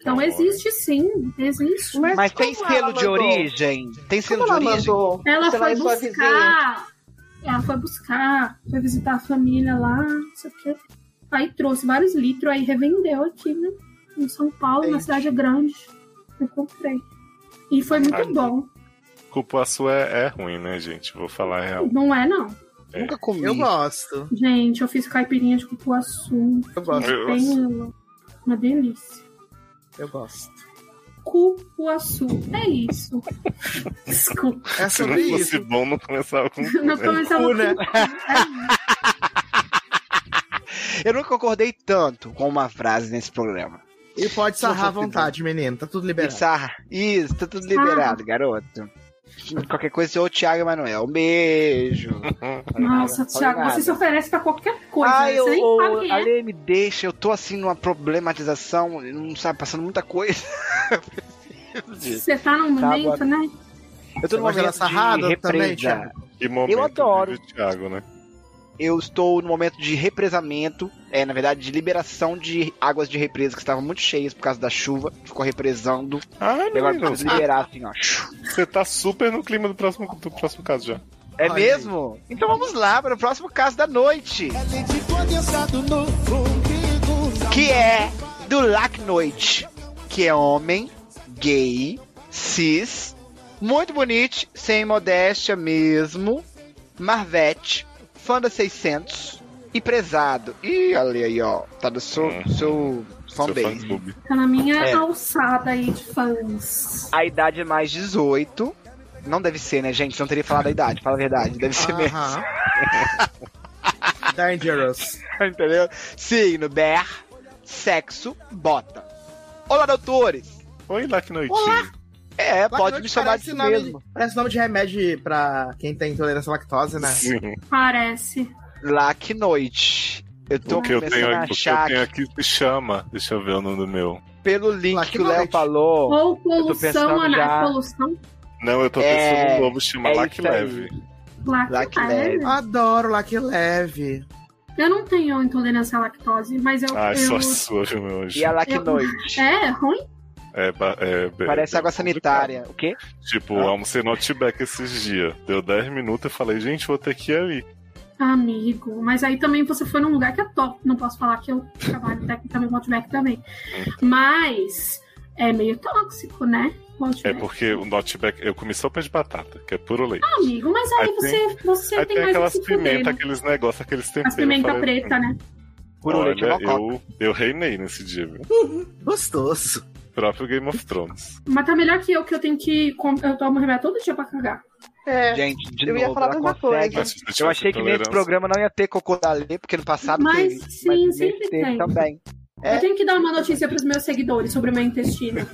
Speaker 1: Então
Speaker 5: Olha.
Speaker 1: existe sim, existe.
Speaker 3: Mas tem
Speaker 4: como
Speaker 3: selo
Speaker 4: ela
Speaker 3: de
Speaker 4: mandou?
Speaker 3: origem? Tem selo
Speaker 4: Como
Speaker 3: de
Speaker 4: ela
Speaker 3: origem?
Speaker 4: mandou?
Speaker 1: Ela
Speaker 4: Você lá
Speaker 1: foi
Speaker 4: em sua vizinha?
Speaker 1: buscar. Ela foi buscar, foi visitar a família lá, não sei o quê. Aí trouxe vários litros, aí revendeu aqui, né? Em São Paulo, na
Speaker 2: Entendi.
Speaker 1: cidade grande. Eu comprei. E foi muito
Speaker 5: Ai.
Speaker 1: bom.
Speaker 5: Cupuaçu é, é ruim, né, gente? Vou falar a real.
Speaker 1: Não é, não.
Speaker 3: Nunca comi.
Speaker 2: Eu gosto.
Speaker 1: Gente, eu fiz caipirinha de cupuaçu.
Speaker 2: Eu gosto.
Speaker 5: Eu-
Speaker 1: Bem, uma delícia.
Speaker 2: Eu gosto.
Speaker 1: Cupuaçu. É isso. Desculpa.
Speaker 2: É
Speaker 5: Se
Speaker 2: sobre
Speaker 5: não fosse
Speaker 2: isso.
Speaker 5: bom, não começava com cu,
Speaker 1: Não
Speaker 5: né?
Speaker 1: começava
Speaker 2: Cu, né?
Speaker 1: com- É.
Speaker 3: Eu nunca concordei tanto com uma frase nesse programa.
Speaker 2: E pode sarrar à vontade, menino. Tá tudo liberado.
Speaker 3: Pensar, isso, tá tudo liberado, garoto. Qualquer coisa, sou o Thiago Emanuel. Um beijo.
Speaker 1: Nossa,
Speaker 3: Não falei
Speaker 1: Thiago,
Speaker 3: nada.
Speaker 1: você se oferece pra qualquer coisa.
Speaker 3: Ai,
Speaker 1: né?
Speaker 3: eu,
Speaker 1: você nem sabe
Speaker 3: eu,
Speaker 1: quem é.
Speaker 3: Ale, me deixa, eu tô assim numa problematização, não sabe, passando muita coisa. Eu preciso disso.
Speaker 1: Você tá num
Speaker 3: Tá,
Speaker 1: momento,
Speaker 3: agora-
Speaker 1: né?
Speaker 3: Eu tô
Speaker 2: Você
Speaker 3: num
Speaker 2: gosta
Speaker 3: momento
Speaker 2: dessa rada
Speaker 3: de
Speaker 2: também,
Speaker 3: represa.
Speaker 2: Thiago?
Speaker 5: Que momento
Speaker 3: Eu adoro.
Speaker 5: vive o Thiago, né?
Speaker 3: eu estou no momento de represamento, é, na verdade, de liberação de águas de represa que estavam muito cheias por causa da chuva, ficou represando,
Speaker 5: Ah,
Speaker 3: e agora
Speaker 5: não,
Speaker 3: precisa liberar assim, ó.
Speaker 5: você tá super no clima do próximo, do próximo caso já.
Speaker 3: É
Speaker 2: Olha aí.
Speaker 3: mesmo? Então vamos lá para o próximo caso da noite. Que é do Lac Noite. Que é homem, gay, cis, muito bonito, sem modéstia mesmo, Marvete, fã da 600 e prezado. Ih, olha aí, ó. Tá do seu,
Speaker 5: Hum.
Speaker 3: seu
Speaker 5: Seu
Speaker 3: fanbase.
Speaker 5: fã-clube.
Speaker 1: Tá na minha
Speaker 3: É.
Speaker 1: alçada aí de fãs.
Speaker 3: A idade é mais 18. Não deve ser, né, gente? Não teria falado a idade, fala a verdade. Deve
Speaker 2: Ah,
Speaker 3: ser é mesmo.
Speaker 2: Aham. Dangerous.
Speaker 3: Entendeu? Signo, ber, sexo, bota. Olá, doutores!
Speaker 5: Oi, lá que noitinho.
Speaker 2: Olá.
Speaker 3: É,
Speaker 2: Lactose
Speaker 3: pode me chamar
Speaker 2: parece
Speaker 3: disso
Speaker 2: nome de-
Speaker 3: mesmo.
Speaker 2: Parece nome de remédio pra quem tem intolerância à lactose, né?
Speaker 5: Sim.
Speaker 1: Parece.
Speaker 3: Lá que noite. Eu tô
Speaker 5: O que eu,
Speaker 3: começando
Speaker 5: tenho,
Speaker 3: a
Speaker 5: aqui- o que eu
Speaker 3: achar
Speaker 5: tenho
Speaker 3: que
Speaker 5: aqui se chama. Deixa eu ver o nome do meu.
Speaker 3: pelo link
Speaker 2: Lá que
Speaker 3: que, o Léo
Speaker 2: noite.
Speaker 3: falou.
Speaker 1: Ou né?
Speaker 3: pensando
Speaker 1: poluição anal.
Speaker 3: já-
Speaker 1: Poluição
Speaker 5: Não, eu tô
Speaker 3: É,
Speaker 5: pensando no novo, chama
Speaker 3: é
Speaker 5: Lac
Speaker 3: isso aí.
Speaker 5: Leve.
Speaker 1: black,
Speaker 3: Black
Speaker 1: Ah, é?
Speaker 3: Lab.
Speaker 2: Adoro Lac Leve.
Speaker 1: Eu não tenho intolerância à lactose, mas eu.
Speaker 5: Ai, só
Speaker 1: eu...
Speaker 5: sua, viu, meu anjo.
Speaker 3: E a lacnoide.
Speaker 1: É, é ruim?
Speaker 5: É, ba- é, be-
Speaker 3: Parece
Speaker 5: é
Speaker 3: água
Speaker 5: complicado.
Speaker 3: sanitária. O quê?
Speaker 5: Tipo,
Speaker 3: Ah.
Speaker 5: almocei no Outback esses dias. Deu 10 minutos e falei, gente, vou ter que ir ali.
Speaker 1: Amigo, mas aí também você foi num lugar que é top. Não posso falar que eu trabalho tecnicamente com Outback também. Mas é meio tóxico, né? O
Speaker 5: É
Speaker 1: Outback.
Speaker 5: porque o Outback, eu comi sopa de batata, que é puro leite.
Speaker 1: Ah, Amigo, mas aí
Speaker 5: Aí
Speaker 1: você, você
Speaker 5: Aí
Speaker 1: tem,
Speaker 5: tem
Speaker 1: mais
Speaker 5: aquelas
Speaker 1: que se fuder,
Speaker 5: pimentas,
Speaker 1: né?
Speaker 5: aqueles negócios, aqueles
Speaker 1: As
Speaker 5: temperos.
Speaker 1: pimenta
Speaker 5: falei, "Hum,
Speaker 1: preta, né?
Speaker 3: Puro
Speaker 5: Olha,
Speaker 3: leite mocota.
Speaker 5: eu, eu reinei nesse dia, viu?
Speaker 2: Gostoso.
Speaker 5: Próprio Game of Thrones.
Speaker 1: Mas tá melhor que eu, que eu tenho que. com- Eu tomo remédio todo dia pra cagar.
Speaker 7: É.
Speaker 3: Gente, de
Speaker 7: Eu
Speaker 3: novo,
Speaker 7: ia falar a
Speaker 3: ela
Speaker 7: mesma
Speaker 3: consegue.
Speaker 7: coisa.
Speaker 5: Mas se você
Speaker 3: Eu
Speaker 5: tivesse
Speaker 3: achei que nesse
Speaker 5: intolerância-
Speaker 3: programa não ia ter cocô da Lê, porque no passado
Speaker 1: Mas
Speaker 3: teve.
Speaker 1: sim,
Speaker 3: nesse
Speaker 1: sempre
Speaker 3: teve
Speaker 1: tem.
Speaker 3: também. É.
Speaker 1: Eu tenho que dar uma notícia pros meus seguidores sobre o meu intestino.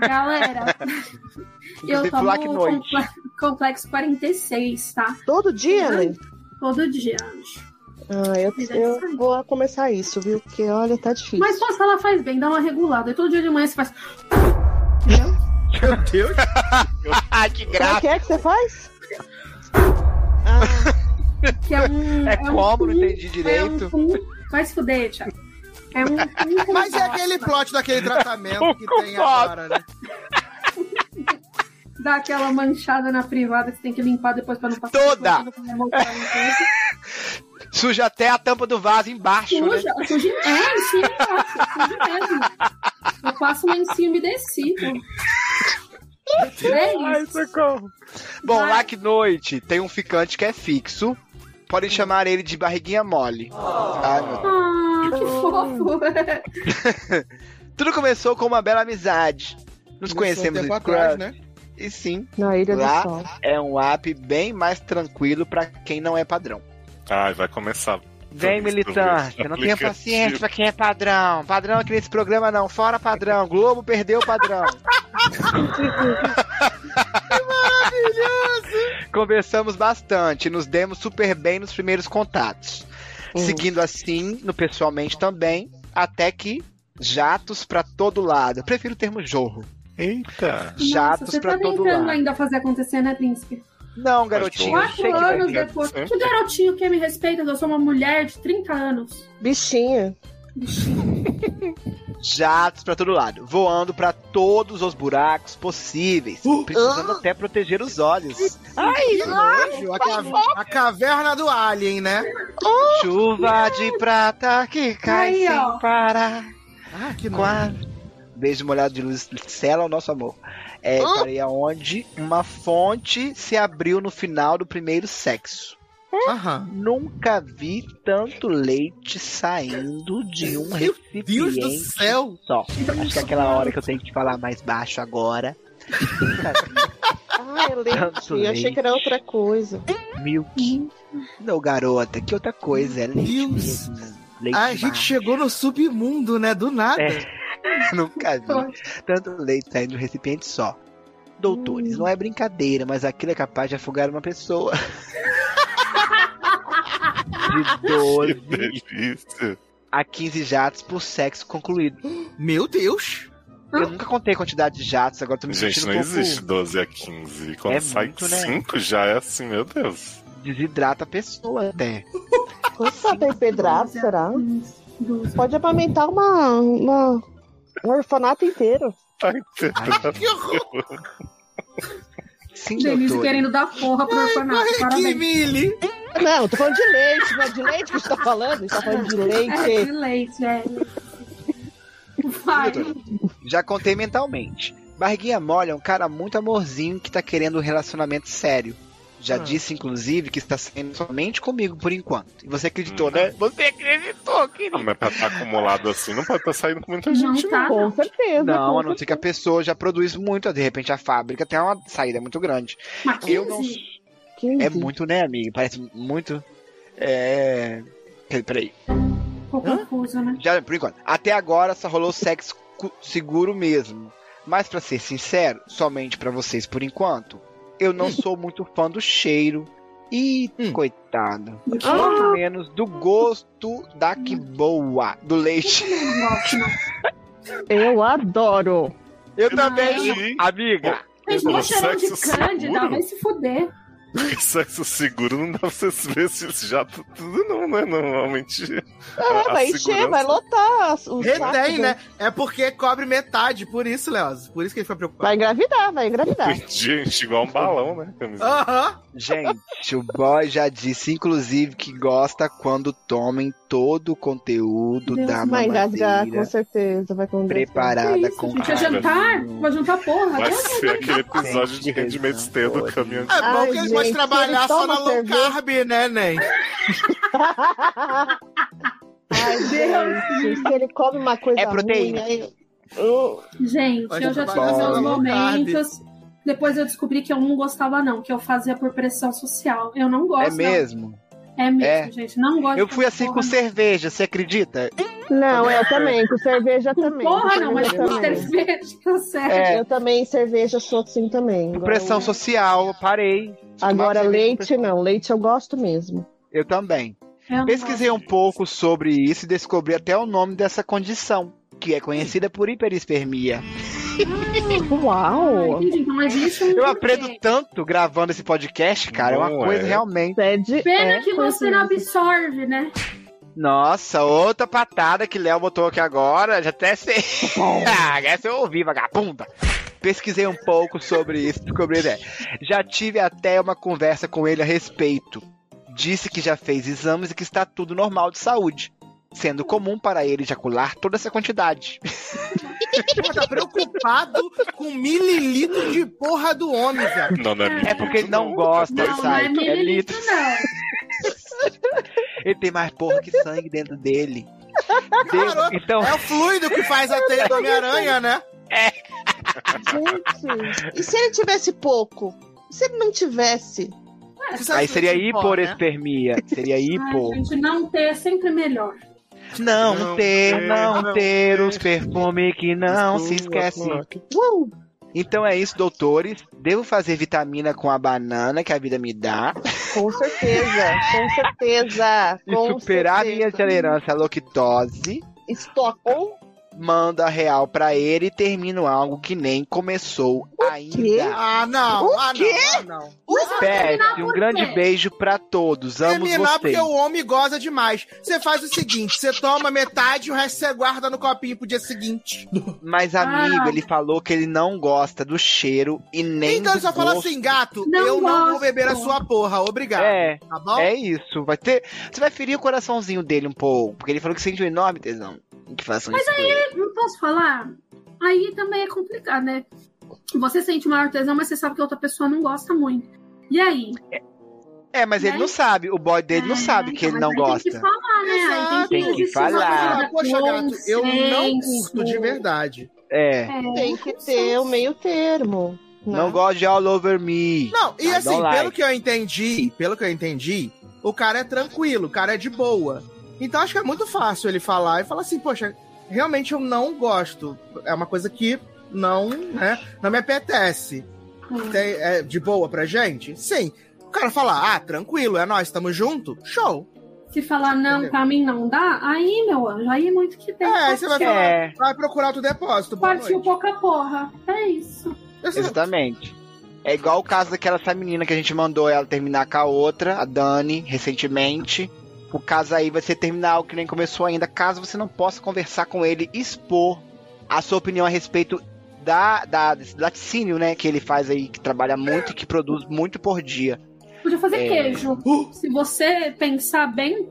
Speaker 1: Galera, eu
Speaker 3: Inclusive,
Speaker 1: tomo um
Speaker 3: lacnoide.
Speaker 1: comple- complexo 46, tá?
Speaker 7: Todo dia,
Speaker 1: Ai.
Speaker 7: né?
Speaker 1: Todo dia, anjo.
Speaker 7: Ah, eu,
Speaker 1: Mas é
Speaker 7: eu
Speaker 1: isso.
Speaker 7: vou começar isso, viu? Porque, olha, tá difícil.
Speaker 1: Mas posso falar, faz bem, dá uma regulada. E todo dia de manhã você faz. Entendeu?
Speaker 2: Meu Deus.
Speaker 3: Ah, que
Speaker 7: Como é
Speaker 3: graça!
Speaker 7: que é que você faz? Ah,
Speaker 1: Que é um.
Speaker 3: É
Speaker 1: um
Speaker 3: como, não
Speaker 1: pum,
Speaker 3: entendi
Speaker 1: É um
Speaker 3: direito.
Speaker 1: pum. Vai se fuder, Thiago. É um. pum com
Speaker 2: Mas é
Speaker 1: bosta.
Speaker 2: aquele plot daquele tratamento que tem agora, né?
Speaker 1: Dá aquela manchada na privada que você tem que limpar depois pra não passar.
Speaker 3: Toda!
Speaker 1: vergonha quando você voltar no tempo.
Speaker 3: Suja até a tampa do vaso embaixo, né?
Speaker 1: Suja, suja. É, sim, nossa, suja mesmo. Eu passo um lencinho umedecido. É isso.
Speaker 3: socorro. Bom,
Speaker 1: Vai.
Speaker 3: lacnoite tem um ficante que é fixo. Podem chamar ele de barriguinha mole. Tá? Ai, meu Deus.
Speaker 1: Ah, que fofo.
Speaker 3: Tudo começou com uma bela amizade. Nos
Speaker 2: Começou
Speaker 3: conhecemos
Speaker 2: um
Speaker 3: em
Speaker 2: tempo
Speaker 3: Scrubs,
Speaker 2: atrás, né?
Speaker 3: e sim,
Speaker 7: na Ilha
Speaker 3: Lá.
Speaker 7: do Sol.
Speaker 3: é um app bem mais tranquilo pra quem não é padrão.
Speaker 5: Ai, vai começar.
Speaker 3: Vem,
Speaker 5: Tudo isso
Speaker 3: militante.
Speaker 5: pro
Speaker 3: Eu não tenho
Speaker 5: aplicativo.
Speaker 3: paciência pra quem é padrão. Padrão aqui nesse programa não. Fora padrão. Globo perdeu o padrão. que maravilhoso! Conversamos bastante. Nos demos super bem nos primeiros contatos.
Speaker 1: Uhum.
Speaker 3: Seguindo assim, no pessoalmente também. Até que jatos pra todo lado. Eu prefiro o termo jorro.
Speaker 5: Eita!
Speaker 1: Nossa,
Speaker 3: Jatos
Speaker 1: você tá
Speaker 3: pra todo
Speaker 1: tentando
Speaker 3: lado.
Speaker 1: ainda fazer acontecer, né, príncipe?
Speaker 3: Não, garotinho. eu sei
Speaker 1: Quatro
Speaker 3: que vai
Speaker 1: anos
Speaker 5: dar
Speaker 1: depois.
Speaker 5: certo.
Speaker 1: Que garotinho que me respeita, eu sou uma mulher de 30 anos.
Speaker 7: Bichinha.
Speaker 3: jatos pra todo lado, voando pra todos os buracos possíveis, precisando até proteger os olhos.
Speaker 2: Uh, ah! Que nojo. A, ca- a caverna do Alien, né?
Speaker 3: Chuva de prata que cai
Speaker 1: Aí,
Speaker 3: sem
Speaker 1: ó.
Speaker 3: parar.
Speaker 2: Ah, que nojo.
Speaker 3: Quase. Beijo molhado de luz sela o nosso amor. É,
Speaker 2: Ah!
Speaker 3: parei aonde uma fonte se abriu no final do primeiro sexo.
Speaker 2: Aham.
Speaker 3: Nunca vi tanto leite saindo de um
Speaker 2: Meu
Speaker 3: recipiente
Speaker 2: Deus do céu.
Speaker 3: só. Acho que é aquela hora que eu tenho que falar mais baixo agora.
Speaker 7: Ah, é
Speaker 3: Tanto
Speaker 7: leite. Eu achei que era outra coisa.
Speaker 3: Milk. Não, garota, que outra coisa. É leite
Speaker 2: Deus.
Speaker 3: mesmo. né? Leite
Speaker 2: Ah, A gente
Speaker 3: macho.
Speaker 2: chegou no submundo, né? Do
Speaker 3: É.
Speaker 2: nada.
Speaker 3: Nunca vi tanto leite saindo de um recipiente só. Doutores, não é brincadeira, mas aquilo é capaz de afogar uma pessoa. de
Speaker 5: Que
Speaker 3: 12
Speaker 5: delícia!
Speaker 3: a 15 jatos por sexo concluído.
Speaker 2: Meu Deus.
Speaker 3: Eu nunca contei a quantidade de jatos, agora tô me
Speaker 5: Gente,
Speaker 3: sentindo
Speaker 5: não
Speaker 3: um pouco
Speaker 5: existe 12 a 15. Quando
Speaker 3: É
Speaker 5: sai
Speaker 3: muito, né?
Speaker 5: 5 já é assim, meu Deus.
Speaker 3: desidrata a pessoa até.
Speaker 7: Quanto tá bem pedrado, será?
Speaker 1: Hum, Doze.
Speaker 7: Pode amamentar uma, uma, um orfanato inteiro.
Speaker 5: Tá entendendo?
Speaker 2: Que horror.
Speaker 3: Sim,
Speaker 1: Denise
Speaker 3: doutor.
Speaker 1: querendo dar porra pro orfanato.
Speaker 2: Corre aqui,
Speaker 1: Parabéns.
Speaker 2: Mili.
Speaker 7: Não, tô falando de leite, não é de leite que a gente tá falando? A gente tá falando de
Speaker 1: É,
Speaker 7: leite.
Speaker 1: de leite, é. Vai.
Speaker 3: Já contei mentalmente. Barriguinha Mole é um cara muito amorzinho que tá querendo um relacionamento sério. Já
Speaker 2: Ah.
Speaker 3: disse, inclusive, que está sendo somente comigo por enquanto. E você acreditou, né? Você acreditou, querido.
Speaker 5: Ah, Mas pra estar acumulado assim, não pode estar saindo com muita
Speaker 1: Não
Speaker 5: gente.
Speaker 1: tá.
Speaker 7: Com certeza.
Speaker 3: Não,
Speaker 7: com
Speaker 3: a não ser que a pessoa já produz muito, de repente a fábrica tem uma saída muito grande.
Speaker 1: Mas
Speaker 3: Eu não
Speaker 1: 15?
Speaker 7: certeza.
Speaker 3: É muito, né, amigo? Parece muito. É. Peraí, Peraí.
Speaker 1: Ficou confuso, né?
Speaker 3: Já, por enquanto. Até agora só rolou sexo cu- seguro mesmo. Mas pra ser sincero, somente pra vocês por enquanto, eu não sou muito fã do cheiro. E
Speaker 2: Hum.
Speaker 3: coitado.
Speaker 1: Do que
Speaker 3: Muito menos do gosto da que boa do leite.
Speaker 1: eu não gosto, né? não.
Speaker 7: Eu adoro.
Speaker 3: Eu
Speaker 5: Eu
Speaker 3: também,
Speaker 5: entendi.
Speaker 3: amiga.
Speaker 1: Mas mó
Speaker 5: Pô,
Speaker 1: cheirão de
Speaker 5: sexo
Speaker 1: cândida,
Speaker 5: seguro?
Speaker 1: vai se fuder.
Speaker 5: Sexo seguro não dá pra você ver se esse jato tudo não, né? Normalmente.
Speaker 3: É
Speaker 7: Ah,
Speaker 5: a
Speaker 7: vai encher,
Speaker 5: segurança-
Speaker 7: vai lotar. as- os sacos
Speaker 2: Retém,
Speaker 7: do-
Speaker 2: né? É porque cobre metade, por isso, Leoz. Por isso que ele foi preocupado.
Speaker 7: Vai engravidar, vai engravidar.
Speaker 5: Gente, igual um balão, né? Camisinha.
Speaker 3: Ah,
Speaker 2: Aham.
Speaker 3: Gente, o boy já disse, inclusive, que gosta quando tomem todo o conteúdo
Speaker 7: Deus,
Speaker 3: da
Speaker 7: vai engasgar, com
Speaker 3: mamadeira
Speaker 7: certeza. Vai com
Speaker 1: Que
Speaker 3: preparada
Speaker 1: isso,
Speaker 3: com
Speaker 1: gente, é
Speaker 5: raiva.
Speaker 1: jantar? Vai jantar porra.
Speaker 5: Vai
Speaker 1: Até
Speaker 5: ser aquele episódio de
Speaker 3: Gente,
Speaker 5: rendimento cedo
Speaker 3: Jesus.
Speaker 5: caminhando.
Speaker 2: É bom
Speaker 7: Ai,
Speaker 2: que ele
Speaker 7: gente,
Speaker 2: pode trabalhar
Speaker 7: ele
Speaker 2: só
Speaker 7: toma
Speaker 2: na low
Speaker 7: cerveja.
Speaker 2: carb, né, Nen?
Speaker 7: Ai, gente, se ele come uma coisa
Speaker 4: É proteína.
Speaker 7: ruim, aí- Uh,
Speaker 1: Gente,
Speaker 2: Vai
Speaker 1: eu já
Speaker 2: tomar
Speaker 1: tive meus
Speaker 3: banho,
Speaker 1: momentos. Depois eu descobri que eu não gostava, não, que eu fazia por pressão social. Eu não gosto.
Speaker 3: É
Speaker 1: não.
Speaker 3: mesmo?
Speaker 1: É mesmo,
Speaker 3: É.
Speaker 1: gente. Não gosto.
Speaker 3: Eu fui
Speaker 1: de
Speaker 3: assim
Speaker 1: porra,
Speaker 3: com cerveja, você acredita?
Speaker 7: Não, eu também, com cerveja
Speaker 1: não.
Speaker 7: também.
Speaker 1: Porra,
Speaker 7: com
Speaker 1: não, mas
Speaker 7: cerveja
Speaker 3: assim
Speaker 1: com
Speaker 7: também.
Speaker 1: cerveja, tá certo.
Speaker 3: É.
Speaker 7: Eu também, cerveja, sou assim também.
Speaker 3: Por
Speaker 7: Agora
Speaker 3: pressão
Speaker 7: eu-
Speaker 3: social, parei.
Speaker 7: Agora,
Speaker 3: Tomava cerveja por
Speaker 7: leite não, leite eu gosto mesmo.
Speaker 3: Eu também.
Speaker 1: Eu não
Speaker 3: Pesquisei um pouco sobre isso e descobri até o nome dessa condição, que é conhecida por hiperespermia.
Speaker 1: gosto. Ah,
Speaker 7: Uau!
Speaker 1: entendi. Então existe um.
Speaker 3: Eu
Speaker 1: porquê.
Speaker 3: aprendo tanto gravando esse podcast, cara. é
Speaker 5: Não
Speaker 3: uma coisa
Speaker 5: é.
Speaker 3: realmente.
Speaker 7: É de,
Speaker 1: Pena
Speaker 7: é
Speaker 1: que você não absorve, né?
Speaker 3: Nossa, outra patada que Léo botou aqui agora. Já até sei. Ah, Essa eu ouvi, vagabunda. Pesquisei um pouco sobre isso, descobri né? Já tive até uma conversa com ele a respeito. Disse que já fez exames e que está tudo normal de saúde. Sendo comum para ele ejacular toda essa quantidade.
Speaker 2: Pô, tá preocupado com mililitro de porra do homem, velho.
Speaker 5: Não, não é,
Speaker 3: É
Speaker 5: mililitro,
Speaker 3: porque ele não gosta,
Speaker 1: Não, não
Speaker 3: sabe?
Speaker 1: é mililitro,
Speaker 3: litros.
Speaker 1: não.
Speaker 3: Ele tem mais porra que sangue dentro dele.
Speaker 2: Garoto,
Speaker 3: Então,
Speaker 2: É o fluido que faz a teia do Homem-Aranha, né?
Speaker 7: Gente, e se ele tivesse pouco? E se ele não tivesse?
Speaker 3: aí seria
Speaker 2: é né?
Speaker 3: hiporespermia. Seria
Speaker 1: Ai,
Speaker 3: hipo.
Speaker 1: gente, não ter é sempre melhor.
Speaker 3: Não,
Speaker 5: Não
Speaker 3: ter,
Speaker 5: ter,
Speaker 3: não
Speaker 5: não
Speaker 3: ter
Speaker 5: ter.
Speaker 3: os perfumes que não se
Speaker 5: Desculpa,
Speaker 3: esquece.
Speaker 5: moleque.
Speaker 7: Uh,
Speaker 3: Então é isso, doutores. Devo fazer vitamina com a banana que a vida me dá
Speaker 7: com certeza, com certeza.
Speaker 3: e
Speaker 7: com
Speaker 3: superar
Speaker 7: certeza.
Speaker 3: minha tolerância à lactose.
Speaker 7: Estoque.
Speaker 3: Ou manda a real pra ele e termino algo que nem começou
Speaker 7: quê?
Speaker 3: ainda.
Speaker 2: Ah, não.
Speaker 7: O
Speaker 2: ah,
Speaker 7: quê?
Speaker 2: não. Ah, não.
Speaker 3: Pet, um grande
Speaker 1: quê?
Speaker 3: beijo pra todos. Amo
Speaker 2: Terminar
Speaker 3: vocês.
Speaker 2: porque o homem goza demais. Você faz o seguinte: você toma metade e o resto você guarda no copinho pro dia seguinte.
Speaker 3: Mas,
Speaker 2: Ah.
Speaker 3: amigo, ele falou que ele não gosta do cheiro e nem
Speaker 2: então
Speaker 3: do
Speaker 2: ele só fala
Speaker 3: gosto.
Speaker 2: assim, gato,
Speaker 1: Não
Speaker 2: eu não vou
Speaker 1: gosto.
Speaker 2: beber a sua porra, obrigado.
Speaker 3: É,
Speaker 2: Tá bom?
Speaker 3: é isso. Vai ter. Você vai ferir o coraçãozinho dele um pouco. Porque ele falou que sente um enorme tesão. em Que assim, façam Mas isso aí
Speaker 1: Não posso falar? Aí também é complicado, né? Você sente uma artesão, mas você sabe que a outra pessoa não gosta muito. E aí?
Speaker 3: É, mas ele
Speaker 1: né?
Speaker 3: não sabe. O boy dele não sabe Ah, é que ele não
Speaker 1: Mas aí
Speaker 3: gosta.
Speaker 1: Tem que falar, né? Aí
Speaker 2: Tem
Speaker 1: tem
Speaker 2: que
Speaker 1: que, existir uma
Speaker 3: falar.
Speaker 1: coisa
Speaker 2: Ah,
Speaker 1: da
Speaker 2: poxa, gato, eu não
Speaker 1: consenso.
Speaker 2: curto de verdade.
Speaker 3: É.
Speaker 1: É,
Speaker 7: Tem que ter o meio termo. né?
Speaker 3: Não gosta de all over me.
Speaker 2: Não, e
Speaker 3: Ah,
Speaker 2: assim,
Speaker 3: don't
Speaker 2: pelo
Speaker 3: lie.
Speaker 2: que eu entendi, pelo que eu entendi, o cara é tranquilo, o cara é de boa. Então acho que é muito fácil ele falar e falar assim, poxa, realmente eu não gosto. É uma coisa que não, né, não me apetece. Tem- é de boa pra gente? Sim. O cara falar, ah, tranquilo, é nós, tamo junto, show.
Speaker 1: Se falar não, pra mim não dá, aí, meu anjo, aí é muito que tem.
Speaker 2: É, aí você vai
Speaker 1: Partiu.
Speaker 2: falar,
Speaker 3: É,
Speaker 2: vai procurar outro depósito. Boa
Speaker 1: Partiu
Speaker 2: noite.
Speaker 1: pouca porra. É isso.
Speaker 2: Exato.
Speaker 3: exatamente. É igual o caso daquela essa menina que a gente mandou ela terminar com a outra, a Dani, recentemente. O caso aí vai ser terminar algo que nem começou ainda, caso você não possa conversar com ele, expor a sua opinião a respeito da, da, desse laticínio, né, que ele faz aí, que trabalha muito e que produz muito por dia.
Speaker 1: Podia fazer
Speaker 3: É.
Speaker 1: queijo. Se você pensar bem,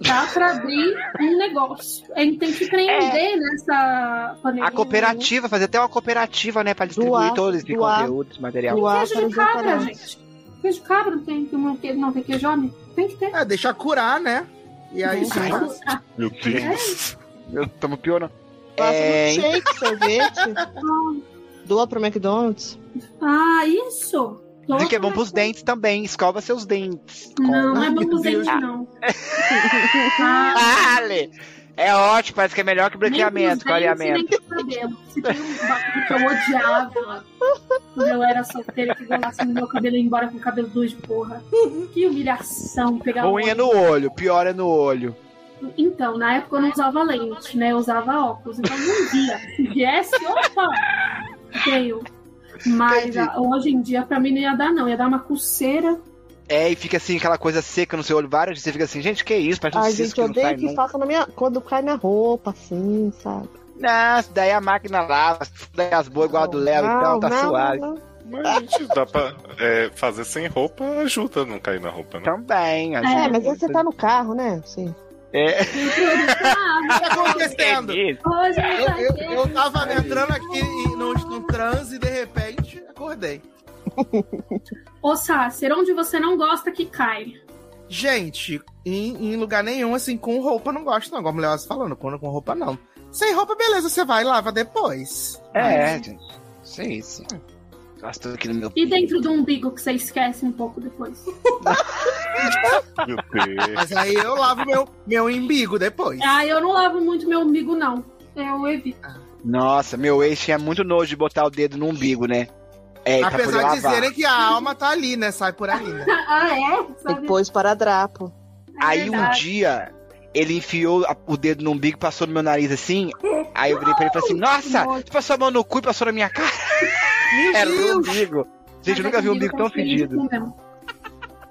Speaker 1: dá pra abrir um negócio. A gente tem que né, empreender nessa panelinha.
Speaker 3: É. A cooperativa, fazer até uma cooperativa, né, pra distribuir
Speaker 7: Doar,
Speaker 3: todo esse
Speaker 7: doar.
Speaker 3: conteúdo, esse material.
Speaker 7: Doar
Speaker 1: Queijo
Speaker 7: para
Speaker 1: de
Speaker 7: os
Speaker 1: cabra,
Speaker 7: operários.
Speaker 1: gente. Queijo de cabra não tem, não tem, não tem queijo, homem? Tem que ter.
Speaker 2: É, deixa curar, né? E aí,
Speaker 7: Uhum.
Speaker 2: sim.
Speaker 1: Ah,
Speaker 5: Meu
Speaker 3: É.
Speaker 5: Deus.
Speaker 3: Eu tomo pior,
Speaker 7: Faça
Speaker 3: É,
Speaker 7: milkshake, sorvete. então. Doa pro McDonald's.
Speaker 1: Ah, isso.
Speaker 3: Dizem que é bom pros dentes né? também. Escova seus dentes.
Speaker 1: Não,
Speaker 3: Com-
Speaker 1: não é bom pros
Speaker 2: Deus.
Speaker 1: dentes, não. Ah,
Speaker 3: Vale! É ótimo, parece que é melhor que
Speaker 1: nem
Speaker 3: bloqueamento,
Speaker 1: pros dentes,
Speaker 3: clareamento.
Speaker 1: Nem pros cabelos. Se tem um bagulho que eu odiava quando eu era solteira, que golasse no meu cabelo e ia embora com o cabelo dois de porra. Que humilhação pegar um
Speaker 3: Ruim é no olho, pior é no olho.
Speaker 1: Então, na época eu não usava lente, né? Eu usava óculos. Então não via. Se viesse, opa! Veio. ah, Mas
Speaker 3: Entendi.
Speaker 1: a- hoje em dia, pra mim, não ia dar, não. Ia dar uma coceira.
Speaker 3: É, e fica assim, aquela coisa seca no seu olho várias vezes. Você fica assim, gente, que isso? Parece um
Speaker 7: Ai,
Speaker 3: cisco
Speaker 7: gente,
Speaker 3: que
Speaker 7: eu
Speaker 3: não sai
Speaker 7: odeio que
Speaker 3: nunca.
Speaker 7: faça na minha. Quando cai minha roupa, assim, sabe?
Speaker 3: Nossa, daí a máquina lava, daí as boas igual a do Léo, então tá suave.
Speaker 7: não.
Speaker 5: Mas, gente, dá pra é, fazer sem roupa ajuda a não cair na roupa, né?
Speaker 3: Também, ajuda.
Speaker 7: É, mas aí você tá no carro, né? Sim.
Speaker 3: É.
Speaker 1: Ah,
Speaker 2: O que tá acontecendo?
Speaker 1: Hoje
Speaker 2: Eu,
Speaker 1: tá
Speaker 2: eu,
Speaker 1: aqui.
Speaker 2: eu tava entrando aqui e num, num transe e de repente acordei.
Speaker 1: Ô, Sácer, onde você não gosta que cai?
Speaker 2: Gente, em, em lugar nenhum, assim, com roupa não gosto, não. Igual a mulher Oz falando, quando com roupa não. Sem roupa, beleza, você vai e lava depois.
Speaker 3: É, gente. Isso é isso. Nossa, tudo aqui no meu.
Speaker 1: E dentro do umbigo que você esquece um pouco depois?
Speaker 5: Meu Deus.
Speaker 2: Mas aí eu lavo meu, meu embigo depois.
Speaker 1: Ah, eu não lavo muito meu umbigo, não. Eu evito.
Speaker 3: Nossa, meu ex tinha muito nojo de botar o dedo no umbigo, né? É, pra poder
Speaker 2: Apesar de
Speaker 3: lavar.
Speaker 2: dizerem que a alma tá ali, né? Sai por aí, né?
Speaker 1: Ah, é? Sabe?
Speaker 7: Depois para drapo.
Speaker 1: É
Speaker 3: Aí um
Speaker 1: verdade.
Speaker 3: dia, ele enfiou a- o dedo no umbigo, passou no meu nariz assim. Aí eu virei pra ele e falei assim: Nossa, tu passou a mão no cu e passou na minha cara.
Speaker 1: É
Speaker 3: Era o umbigo. Gente,
Speaker 1: Mas
Speaker 3: eu nunca vi
Speaker 1: aquele
Speaker 3: um umbigo tão
Speaker 1: tá cheio
Speaker 3: fedido.
Speaker 1: de cu mesmo.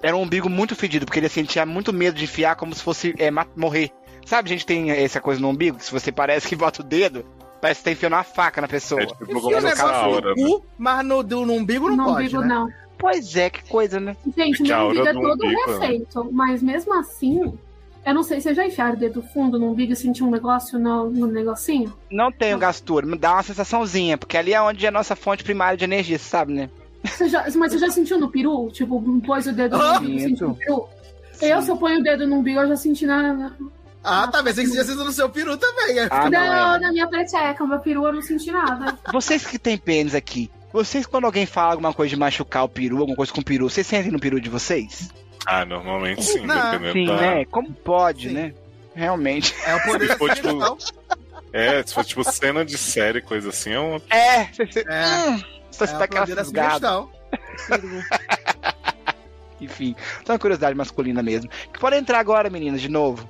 Speaker 3: Era um umbigo muito fedido, porque ele assim, tinha muito medo de enfiar como se fosse é, ma- morrer. Sabe, gente, tem essa coisa no umbigo, que se você parece que bota o dedo, parece que tá enfiando uma faca na pessoa.
Speaker 5: É tipo
Speaker 2: Enfia o
Speaker 5: como no
Speaker 2: negócio
Speaker 5: aura,
Speaker 2: no
Speaker 5: né?
Speaker 2: cu, mas no, do, no umbigo não,
Speaker 1: Não
Speaker 2: pode,
Speaker 1: umbigo,
Speaker 2: né?
Speaker 1: não.
Speaker 3: Pois é, que coisa, né?
Speaker 1: Gente,
Speaker 5: Porque a
Speaker 1: meu
Speaker 5: aura
Speaker 1: umbigo é
Speaker 5: do
Speaker 1: todo
Speaker 5: umbigo, né?
Speaker 1: refeito. Mas mesmo assim, eu não sei, vocês já enfiaram o dedo fundo no umbigo e sentiram um negócio no, no negocinho?
Speaker 3: Não tenho gastura, me dá uma sensaçãozinha, porque ali é onde é a nossa fonte primária de energia, você sabe, né?
Speaker 1: Você já- mas você já sentiu no peru? Tipo, pôs o dedo no
Speaker 2: Ah,
Speaker 1: umbigo e sentiu no
Speaker 3: sinto.
Speaker 1: peru?
Speaker 3: Ah,
Speaker 1: Eu, se eu ponho o dedo no umbigo, eu já senti na... na-
Speaker 2: Ah, tá. Pensei que você tinha sido no seu peru também. aí
Speaker 3: Ah,
Speaker 1: não,
Speaker 3: não, é.
Speaker 1: na minha peteca, meu peru, eu não senti nada.
Speaker 3: Vocês que têm pênis aqui, vocês quando alguém fala alguma coisa de machucar o peru, alguma coisa com o peru, vocês sentem no peru de vocês?
Speaker 5: Ah, normalmente sim,
Speaker 2: Não,
Speaker 5: dependendo
Speaker 3: Sim,
Speaker 5: da...
Speaker 3: né? Como pode,
Speaker 2: Sim.
Speaker 3: né? Realmente.
Speaker 2: É o poder
Speaker 5: Se for,
Speaker 2: da
Speaker 5: tipo,
Speaker 2: sugestão.
Speaker 5: É, se for tipo cena de série, coisa assim, é uma
Speaker 3: É, você, você,
Speaker 2: É,
Speaker 3: hum, você
Speaker 2: é
Speaker 3: dá
Speaker 2: o
Speaker 3: aquela
Speaker 2: poder da
Speaker 3: fisgada.
Speaker 2: sugestão.
Speaker 3: Enfim, só uma curiosidade masculina mesmo. Que pode entrar agora, meninas, de novo.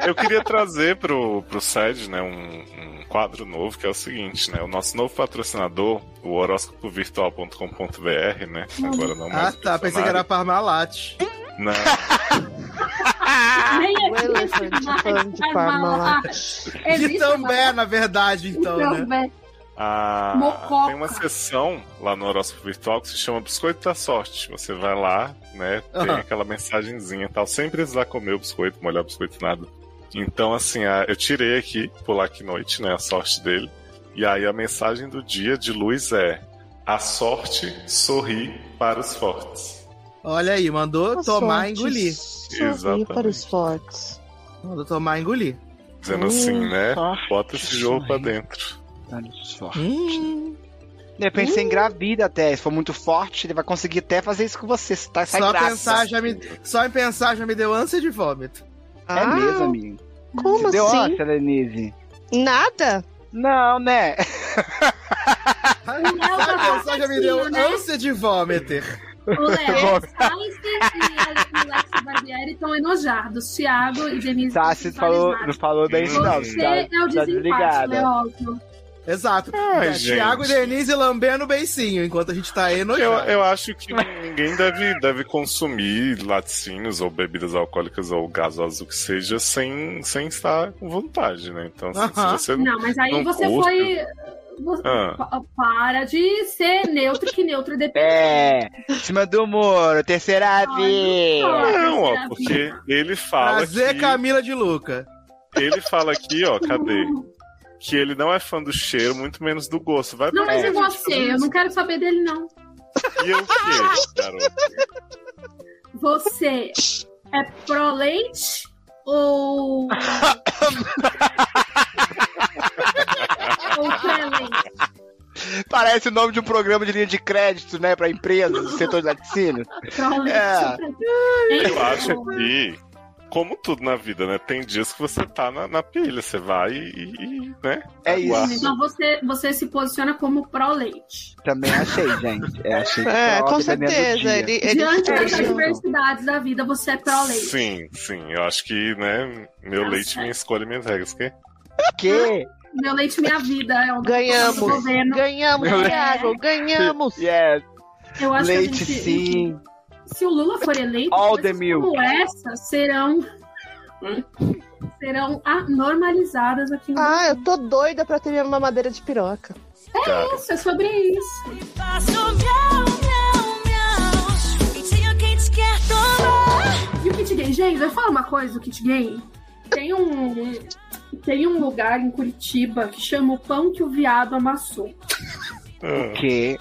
Speaker 5: Eu queria trazer pro, pro SED, né, um, um quadro novo, que é o seguinte, né? O nosso novo patrocinador, o horóscopovirtual.com.br, né? Agora não
Speaker 2: Ah,
Speaker 5: mais.
Speaker 2: tá. Pensei que era Parmalat.
Speaker 5: Não,
Speaker 3: Ah,
Speaker 1: Nem
Speaker 7: O
Speaker 1: aqui
Speaker 7: elefante fã de Parmalat.
Speaker 1: Ah, É
Speaker 2: Que também, é, na verdade, então, né?
Speaker 1: Também.
Speaker 5: a-
Speaker 1: Mococa.
Speaker 5: tem uma sessão lá no Horóscopo Virtual que se chama Biscoito da Sorte. Você vai lá, né? Tem
Speaker 2: Aham.
Speaker 5: aquela mensagenzinha e tal, sem precisar comer o biscoito, molhar o biscoito, nada. Então, assim, a- eu tirei aqui, por lá que noite, né? A sorte dele. E aí a mensagem do dia de luz é: A sorte sorri para os fortes.
Speaker 2: Olha aí, mandou
Speaker 7: A
Speaker 2: tomar
Speaker 7: sorte
Speaker 2: e engolir.
Speaker 7: Sorrir para os fortes.
Speaker 2: Mandou tomar e engolir.
Speaker 5: Dizendo assim,
Speaker 7: Hum,
Speaker 5: né?
Speaker 3: sorte,
Speaker 5: Bota esse jogo pra
Speaker 3: sorrindo.
Speaker 5: dentro.
Speaker 3: Olha só.
Speaker 2: Hum,
Speaker 3: De repente você engravida até. Se for muito forte, ele vai conseguir até fazer isso com você. Você tá sai
Speaker 2: só,
Speaker 3: graça.
Speaker 2: pensar, Ah, já me, só em pensar já me deu ânsia de vômito.
Speaker 3: É mesmo, amigo.
Speaker 7: Como
Speaker 3: Você deu
Speaker 7: assim?
Speaker 3: ócio, Lenise?
Speaker 7: Nada?
Speaker 3: Não, né?
Speaker 2: Só em pensar já me deu
Speaker 1: Não, né?
Speaker 2: ânsia de vômito.
Speaker 1: O Léo Einstein e Alex Barbieri estão enojados. Thiago e Denise.
Speaker 3: Tá, você falou, não
Speaker 1: Você
Speaker 3: falou bem isso, não.
Speaker 5: Você
Speaker 3: tá,
Speaker 1: é o
Speaker 3: tá
Speaker 1: desempate,
Speaker 3: desligada.
Speaker 1: Leócio.
Speaker 2: Exato.
Speaker 5: Ai,
Speaker 2: É,
Speaker 5: gente.
Speaker 2: Tiago e Denise lambendo o beicinho enquanto a gente tá aí no
Speaker 5: Eu, eu acho que ninguém deve, deve consumir laticínios ou bebidas alcoólicas ou gasosos, o que seja, sem, sem estar com vontade, né? Então, assim,
Speaker 2: Aham.
Speaker 5: se você não.
Speaker 1: Não, mas aí
Speaker 5: Não
Speaker 1: você
Speaker 5: curto.
Speaker 1: foi. você-
Speaker 5: um Ah.
Speaker 1: pa- Para de ser neutro, que neutro é dependente.
Speaker 3: É, em cima do muro, terceira via.
Speaker 5: Não, ó, porque ele fala
Speaker 2: Prazer,
Speaker 5: que,
Speaker 2: Camila de Luca.
Speaker 5: ele fala aqui, ó, cadê? Que ele não é fã do cheiro, muito menos do gosto. Vai
Speaker 1: Não,
Speaker 5: pra
Speaker 3: É.
Speaker 1: mas e
Speaker 5: onde,
Speaker 1: você? Eu não quero saber dele, não.
Speaker 5: gente? E eu o quê, garoto?
Speaker 1: Você é pro-leite ou. ou pré-leite?
Speaker 3: Parece o nome de um programa de linha de crédito, né? Pra empresas, setor de laticínio.
Speaker 1: Pro-leite
Speaker 3: É.
Speaker 1: ou pré-leite?
Speaker 5: Eu acho que, como tudo na vida, né? Tem dias que você tá na, na pilha, você vai e, e, né?
Speaker 3: É isso.
Speaker 5: aguarda.
Speaker 1: Então você, você se posiciona como pró-leite.
Speaker 3: Também achei, gente. É, achei que
Speaker 7: É,
Speaker 3: tava
Speaker 7: com
Speaker 3: dependendo do
Speaker 7: certeza.
Speaker 3: dia.
Speaker 7: Ele, ele
Speaker 3: é
Speaker 1: Diante das
Speaker 7: fugiu.
Speaker 1: adversidades da vida, você é pró-leite.
Speaker 5: Sim, sim. Eu acho que, né, meu
Speaker 1: Tá
Speaker 5: leite,
Speaker 1: certo.
Speaker 5: minha escolha, minhas regras.
Speaker 1: É.
Speaker 5: Que?
Speaker 3: Que?
Speaker 1: Meu leite, minha vida. É um
Speaker 7: Ganhamos.
Speaker 1: governo.
Speaker 7: Ganhamos,
Speaker 1: É.
Speaker 7: Thiago, ganhamos.
Speaker 3: Yes.
Speaker 1: Eu acho
Speaker 3: Leite
Speaker 1: que a gente,
Speaker 3: sim.
Speaker 1: se o Lula for eleito,
Speaker 3: All
Speaker 1: coisas
Speaker 3: the milk.
Speaker 1: como essa serão hum? serão ah, normalizadas aqui no
Speaker 7: Ah, eu tô doida pra ter minha mamadeira de piroca.
Speaker 5: Cara,
Speaker 1: Isso, é sobre isso. E o kit gay, gente, eu falo uma coisa do kit gay. Tem um tem um lugar em Curitiba que chama o pão que o viado amassou.
Speaker 5: ah,
Speaker 3: Que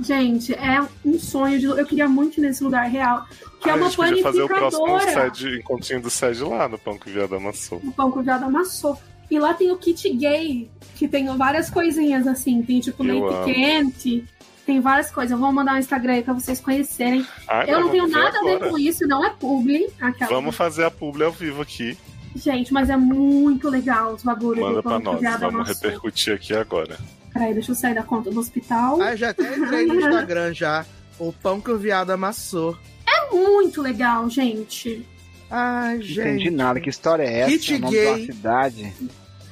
Speaker 1: Gente, é um sonho de eu queria muito ir nesse lugar real, que é
Speaker 5: Ah, a
Speaker 1: uma
Speaker 5: gente podia fazer o próximo
Speaker 1: panificadora.
Speaker 5: sede, encontrinho do sede lá no pão que o viado amassou.
Speaker 1: o pão com viado amassou. E lá tem o kit gay, que tem várias coisinhas assim. Tem tipo
Speaker 5: Eu
Speaker 1: leite
Speaker 5: amo.
Speaker 1: quente, tem várias coisas. Eu vou mandar um Instagram aí pra vocês conhecerem.
Speaker 5: Ai,
Speaker 1: eu
Speaker 5: mas
Speaker 1: não tenho
Speaker 5: vamos ver
Speaker 1: nada a ver
Speaker 5: agora.
Speaker 1: com isso, não é publi. Aquela...
Speaker 5: Vamos fazer a publi ao vivo aqui.
Speaker 1: Gente, mas é muito legal os bagulhos
Speaker 5: Manda
Speaker 1: do pão
Speaker 5: pra
Speaker 1: com
Speaker 5: nós.
Speaker 1: viado
Speaker 5: Vamos
Speaker 1: amassou.
Speaker 5: repercutir aqui agora.
Speaker 1: Peraí, deixa eu sair da conta do hospital.
Speaker 2: Ah, eu já até entrei no Instagram já. O pão que o viado amassou.
Speaker 1: É muito legal, gente.
Speaker 2: Ai,
Speaker 3: Não entendi
Speaker 2: gente.
Speaker 3: nada. Que história é essa?
Speaker 2: Kit
Speaker 3: o nome de uma
Speaker 2: gay.
Speaker 3: cidade.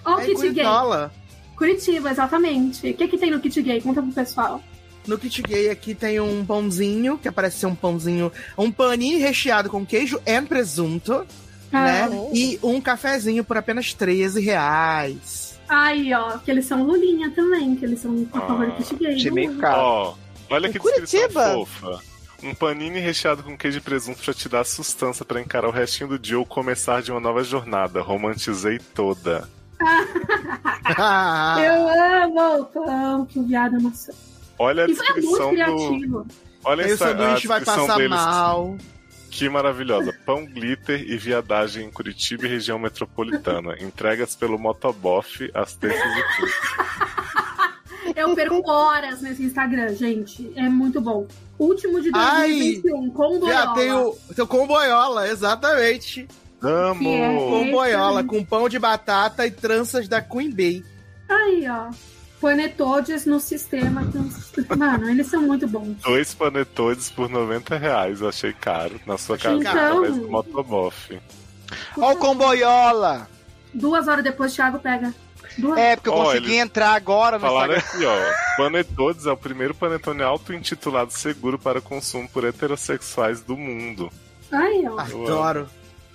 Speaker 1: Olha o
Speaker 2: É em
Speaker 1: kit gay.
Speaker 2: Curitola.
Speaker 1: Curitiba, exatamente. O que, que tem no kit gay? Conta pro pessoal.
Speaker 2: No kit gay aqui tem um pãozinho, que parece ser um pãozinho, um paninho recheado com queijo e presunto,
Speaker 1: Ah,
Speaker 2: né? E um cafezinho por apenas 13 reais.
Speaker 1: Aí, ó, que eles são Lulinha também, que eles são a favor
Speaker 5: Ah.
Speaker 1: do kit gay.
Speaker 3: Achei
Speaker 1: não
Speaker 3: meio
Speaker 1: é?
Speaker 2: Tá.
Speaker 3: caro.
Speaker 5: Ó, olha
Speaker 7: Em
Speaker 5: que descrição
Speaker 7: Curitiba?
Speaker 5: fofa. Um panini recheado com queijo e presunto pra te dar sustância pra encarar o restinho do dia ou começar de uma nova jornada. Romantizei toda.
Speaker 2: Ah.
Speaker 1: Eu amo o pão que o viado amassou.
Speaker 5: Olha a
Speaker 1: Isso é muito
Speaker 5: descrição do.
Speaker 1: criativo.
Speaker 5: Olha
Speaker 2: Aí o
Speaker 5: essa, é a
Speaker 2: sanduíche vai
Speaker 5: descrição
Speaker 2: passar
Speaker 5: deles.
Speaker 2: mal.
Speaker 5: Que maravilhosa. Pão glitter e viadagem em Curitiba e região metropolitana. Entregas pelo motoboff às terças e quintas.
Speaker 1: Eu perco horas nesse Instagram, gente. É muito bom. Último de
Speaker 2: Ai,
Speaker 1: 2021, com
Speaker 2: Já
Speaker 1: Dorola.
Speaker 2: Ah, tem o, tem o comboiola, exatamente.
Speaker 1: é
Speaker 5: Amo!
Speaker 2: Comboiola, com pão de batata e tranças da Queen Bee.
Speaker 1: Aí, ó. Panetodes no sistema. Mano, eles são muito bons.
Speaker 5: Dois panetones por 90 reais. Eu achei caro. Na sua casa,
Speaker 2: Então.
Speaker 5: através do motoboff.
Speaker 3: Ó, o comboiola!
Speaker 1: Duas horas depois, Thiago pega. Duas...
Speaker 3: É, porque eu
Speaker 5: Olha,
Speaker 3: consegui entrar agora no
Speaker 5: Falaram
Speaker 3: Instagram.
Speaker 5: aqui, ó. Panetones é o primeiro panetone auto-intitulado seguro para consumo por heterossexuais do mundo.
Speaker 1: Aí, ó.
Speaker 2: Adoro.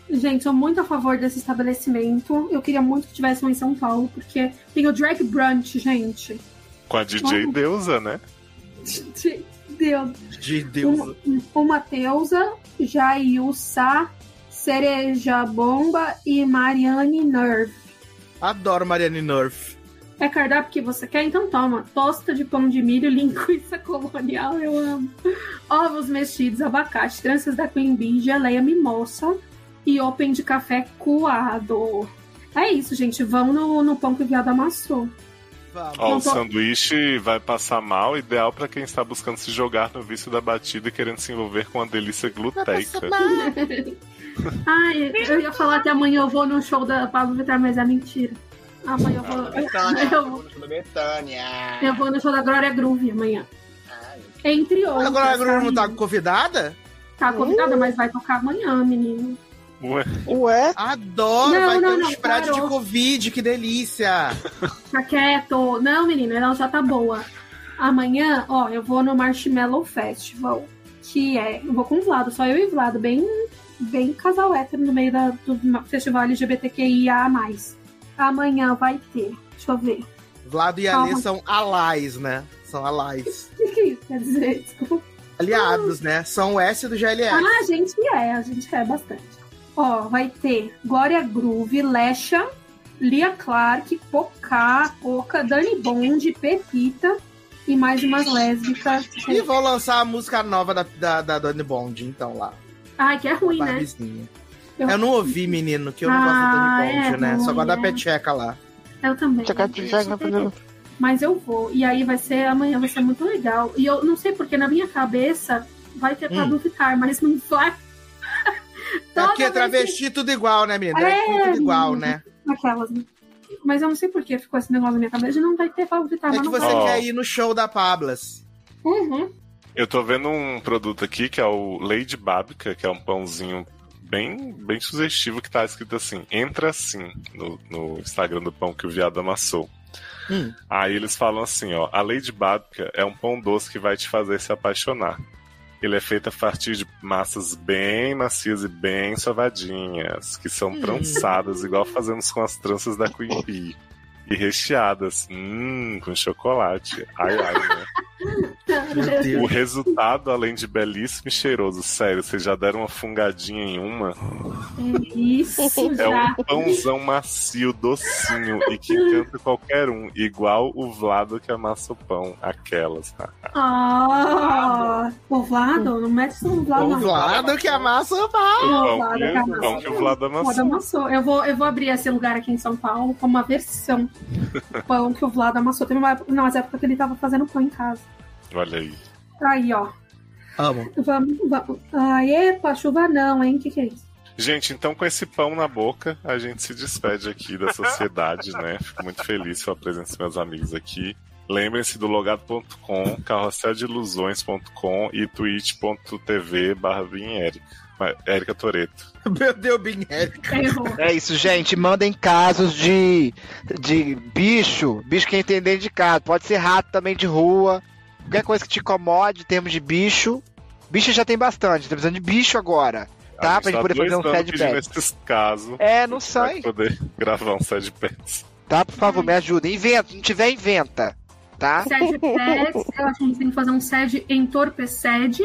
Speaker 1: Gente, sou muito a favor desse estabelecimento. Eu queria muito que tivesse um em São Paulo, porque tem o Drag Brunch, gente.
Speaker 5: Com a DJ
Speaker 1: Amo.
Speaker 5: Deusa, né?
Speaker 1: Deus.
Speaker 2: De
Speaker 1: Hum.
Speaker 2: Deus.
Speaker 1: Uma Teusa, Jailsa, Cereja Bomba e Mariane Nerve.
Speaker 2: Adoro Marianne Nerf.
Speaker 1: É cardápio que você quer? Então toma. Tosta de pão de milho, linguiça colonial, eu amo. Ovos mexidos, abacate, tranças da Queen Bee, geleia mimosa e open de café coado. É isso, gente. Vão no, no pão que o viado amassou.
Speaker 2: Vamos.
Speaker 5: Ó,
Speaker 1: Não
Speaker 5: o
Speaker 1: tô-
Speaker 5: sanduíche vai passar mal, ideal pra quem está buscando se jogar no vício da batida e querendo se envolver com a delícia gluteica.
Speaker 1: Ai, eu ia falar que amanhã eu vou no show da Pablo Vittar, mas é mentira. Amanhã eu vou. eu vou- Eu vou no show da Glória Groove amanhã. Entre outras.
Speaker 2: Agora a Bruna não tá
Speaker 1: sabe?
Speaker 2: convidada?
Speaker 1: Tá convidada, mas vai tocar amanhã, menino.
Speaker 5: Ué,
Speaker 7: Ué?
Speaker 2: Adoro!
Speaker 1: Não,
Speaker 2: Vai
Speaker 1: não,
Speaker 2: ter um
Speaker 1: não,
Speaker 2: spread de
Speaker 1: parou.
Speaker 2: Covid, que delícia!
Speaker 1: Tá quieto. Não, menino, ela já tá boa. Amanhã, ó, eu vou no Marshmallow Festival. Que é. Eu vou com o Vlado, só eu e o Vlado. Bem, bem casal hétero no meio da- do ma- festival LGBTQIA. Amanhã vai ter. Deixa eu ver.
Speaker 2: Vlado e
Speaker 1: Calma.
Speaker 2: Alê são alais, né? São alais.
Speaker 1: O que, que isso quer dizer? Desculpa.
Speaker 2: Aliados, né? São o S do GLS.
Speaker 1: Ah, a gente é, a gente é bastante. Ó, vai ter Glória Groove, Lesha, Lia Clark, Pocá, Coca, Dani Bond, Pepita e mais umas lésbicas.
Speaker 2: E vão lançar a música nova da, da, da Dani Bond, então, lá.
Speaker 1: Ai, que é ruim, né?
Speaker 2: Barbizinha.
Speaker 1: Eu-
Speaker 2: Eu... não ouvi, menino, que eu não
Speaker 1: Ah,
Speaker 2: gosto da Dani
Speaker 1: é
Speaker 2: Bond, né?
Speaker 1: ruim,
Speaker 2: Só gosto da
Speaker 1: né?
Speaker 2: pecheca lá. É
Speaker 1: Eu também.
Speaker 7: Tchaca, tchaca, tchaca.
Speaker 1: Mas eu vou. E aí vai ser amanhã, vai ser muito legal. E eu não sei porque na minha cabeça vai ter
Speaker 5: Hum.
Speaker 1: Pablo Vittar, mas não vai.
Speaker 2: É
Speaker 1: Toda
Speaker 2: porque é
Speaker 1: vez
Speaker 2: travesti tudo igual, né, menina? É, tudo igual, né?
Speaker 1: que- Aquelas, né? Mas eu não sei porque ficou esse negócio na minha cabeça. de Não vai ter Pablo Vittar,
Speaker 2: É
Speaker 1: Ah, mas
Speaker 2: que
Speaker 1: não
Speaker 2: você
Speaker 1: vai.
Speaker 5: Ó.
Speaker 2: quer ir no show da Pablas.
Speaker 1: Uhum.
Speaker 5: eu tô vendo um produto aqui que é o Lady Babica, que é um pãozinho bem, bem sugestivo que tá escrito assim: entra assim no, no Instagram do pão que o viado amassou.
Speaker 2: Hum.
Speaker 5: Aí eles falam assim, ó, a Lady Babka é um pão doce que vai te fazer se apaixonar. Ele é feito a partir de massas bem macias e bem sovadinhas, que são trançadas, igual fazemos com as tranças da Queen Bee. E recheadas, hum, com chocolate. Ai, ai, né?
Speaker 2: Meu
Speaker 5: O
Speaker 2: Deus.
Speaker 5: resultado, além de belíssimo e cheiroso, sério, vocês já deram uma fungadinha em uma?
Speaker 1: Isso,
Speaker 5: É
Speaker 1: já.
Speaker 5: um pãozão macio, docinho e que encanta qualquer um, igual o Vlado que amassa o pão, aquelas, tá?
Speaker 1: Ah, povoado? Não mete isso no Vlado,
Speaker 2: O
Speaker 1: não.
Speaker 2: Vlado que amassa o pau.
Speaker 5: O
Speaker 1: Não,
Speaker 5: pão
Speaker 1: Vlado
Speaker 5: que-
Speaker 1: que amassa.
Speaker 5: o pão que o é Vlado
Speaker 1: Vlado
Speaker 5: amassou.
Speaker 1: amassou. Eu vou, eu vou abrir esse lugar aqui em São Paulo como uma versão do pão que o Vlado amassou. Teve uma época, não, mas época que ele tava fazendo pão em casa.
Speaker 5: Olha aí.
Speaker 1: Aí, ó.
Speaker 2: Amo.
Speaker 1: Vamos, vamos. Ah, epa, chuva não, hein? O que, que é isso?
Speaker 5: Gente, então com esse pão na boca, a gente se despede aqui da sociedade, né? Fico muito feliz com a presença dos meus amigos aqui. Lembrem-se do logado.com, carrosseldeilusões.com e twitch.tv barra vinherica. Érica Toreto.
Speaker 2: Meu Deus, Bin Eric.
Speaker 1: Errou.
Speaker 3: É isso, gente. Mandem casos de, de bicho, bicho que entender de casa. Pode ser rato também de rua. Qualquer coisa que te incomode em termos de bicho. Bicho já tem bastante, tá precisando de bicho agora. Tá, pra gente poder fazer um
Speaker 5: pedindo
Speaker 3: feedback.
Speaker 5: esses casos.
Speaker 3: É, não
Speaker 5: Pra
Speaker 3: sai.
Speaker 5: poder gravar um side pets.
Speaker 3: Tá, por favor, me ajuda. Inventa, se não tiver, inventa. Tá?
Speaker 1: Sede Pets, eu acho que a gente tem que fazer um sede entorpecede.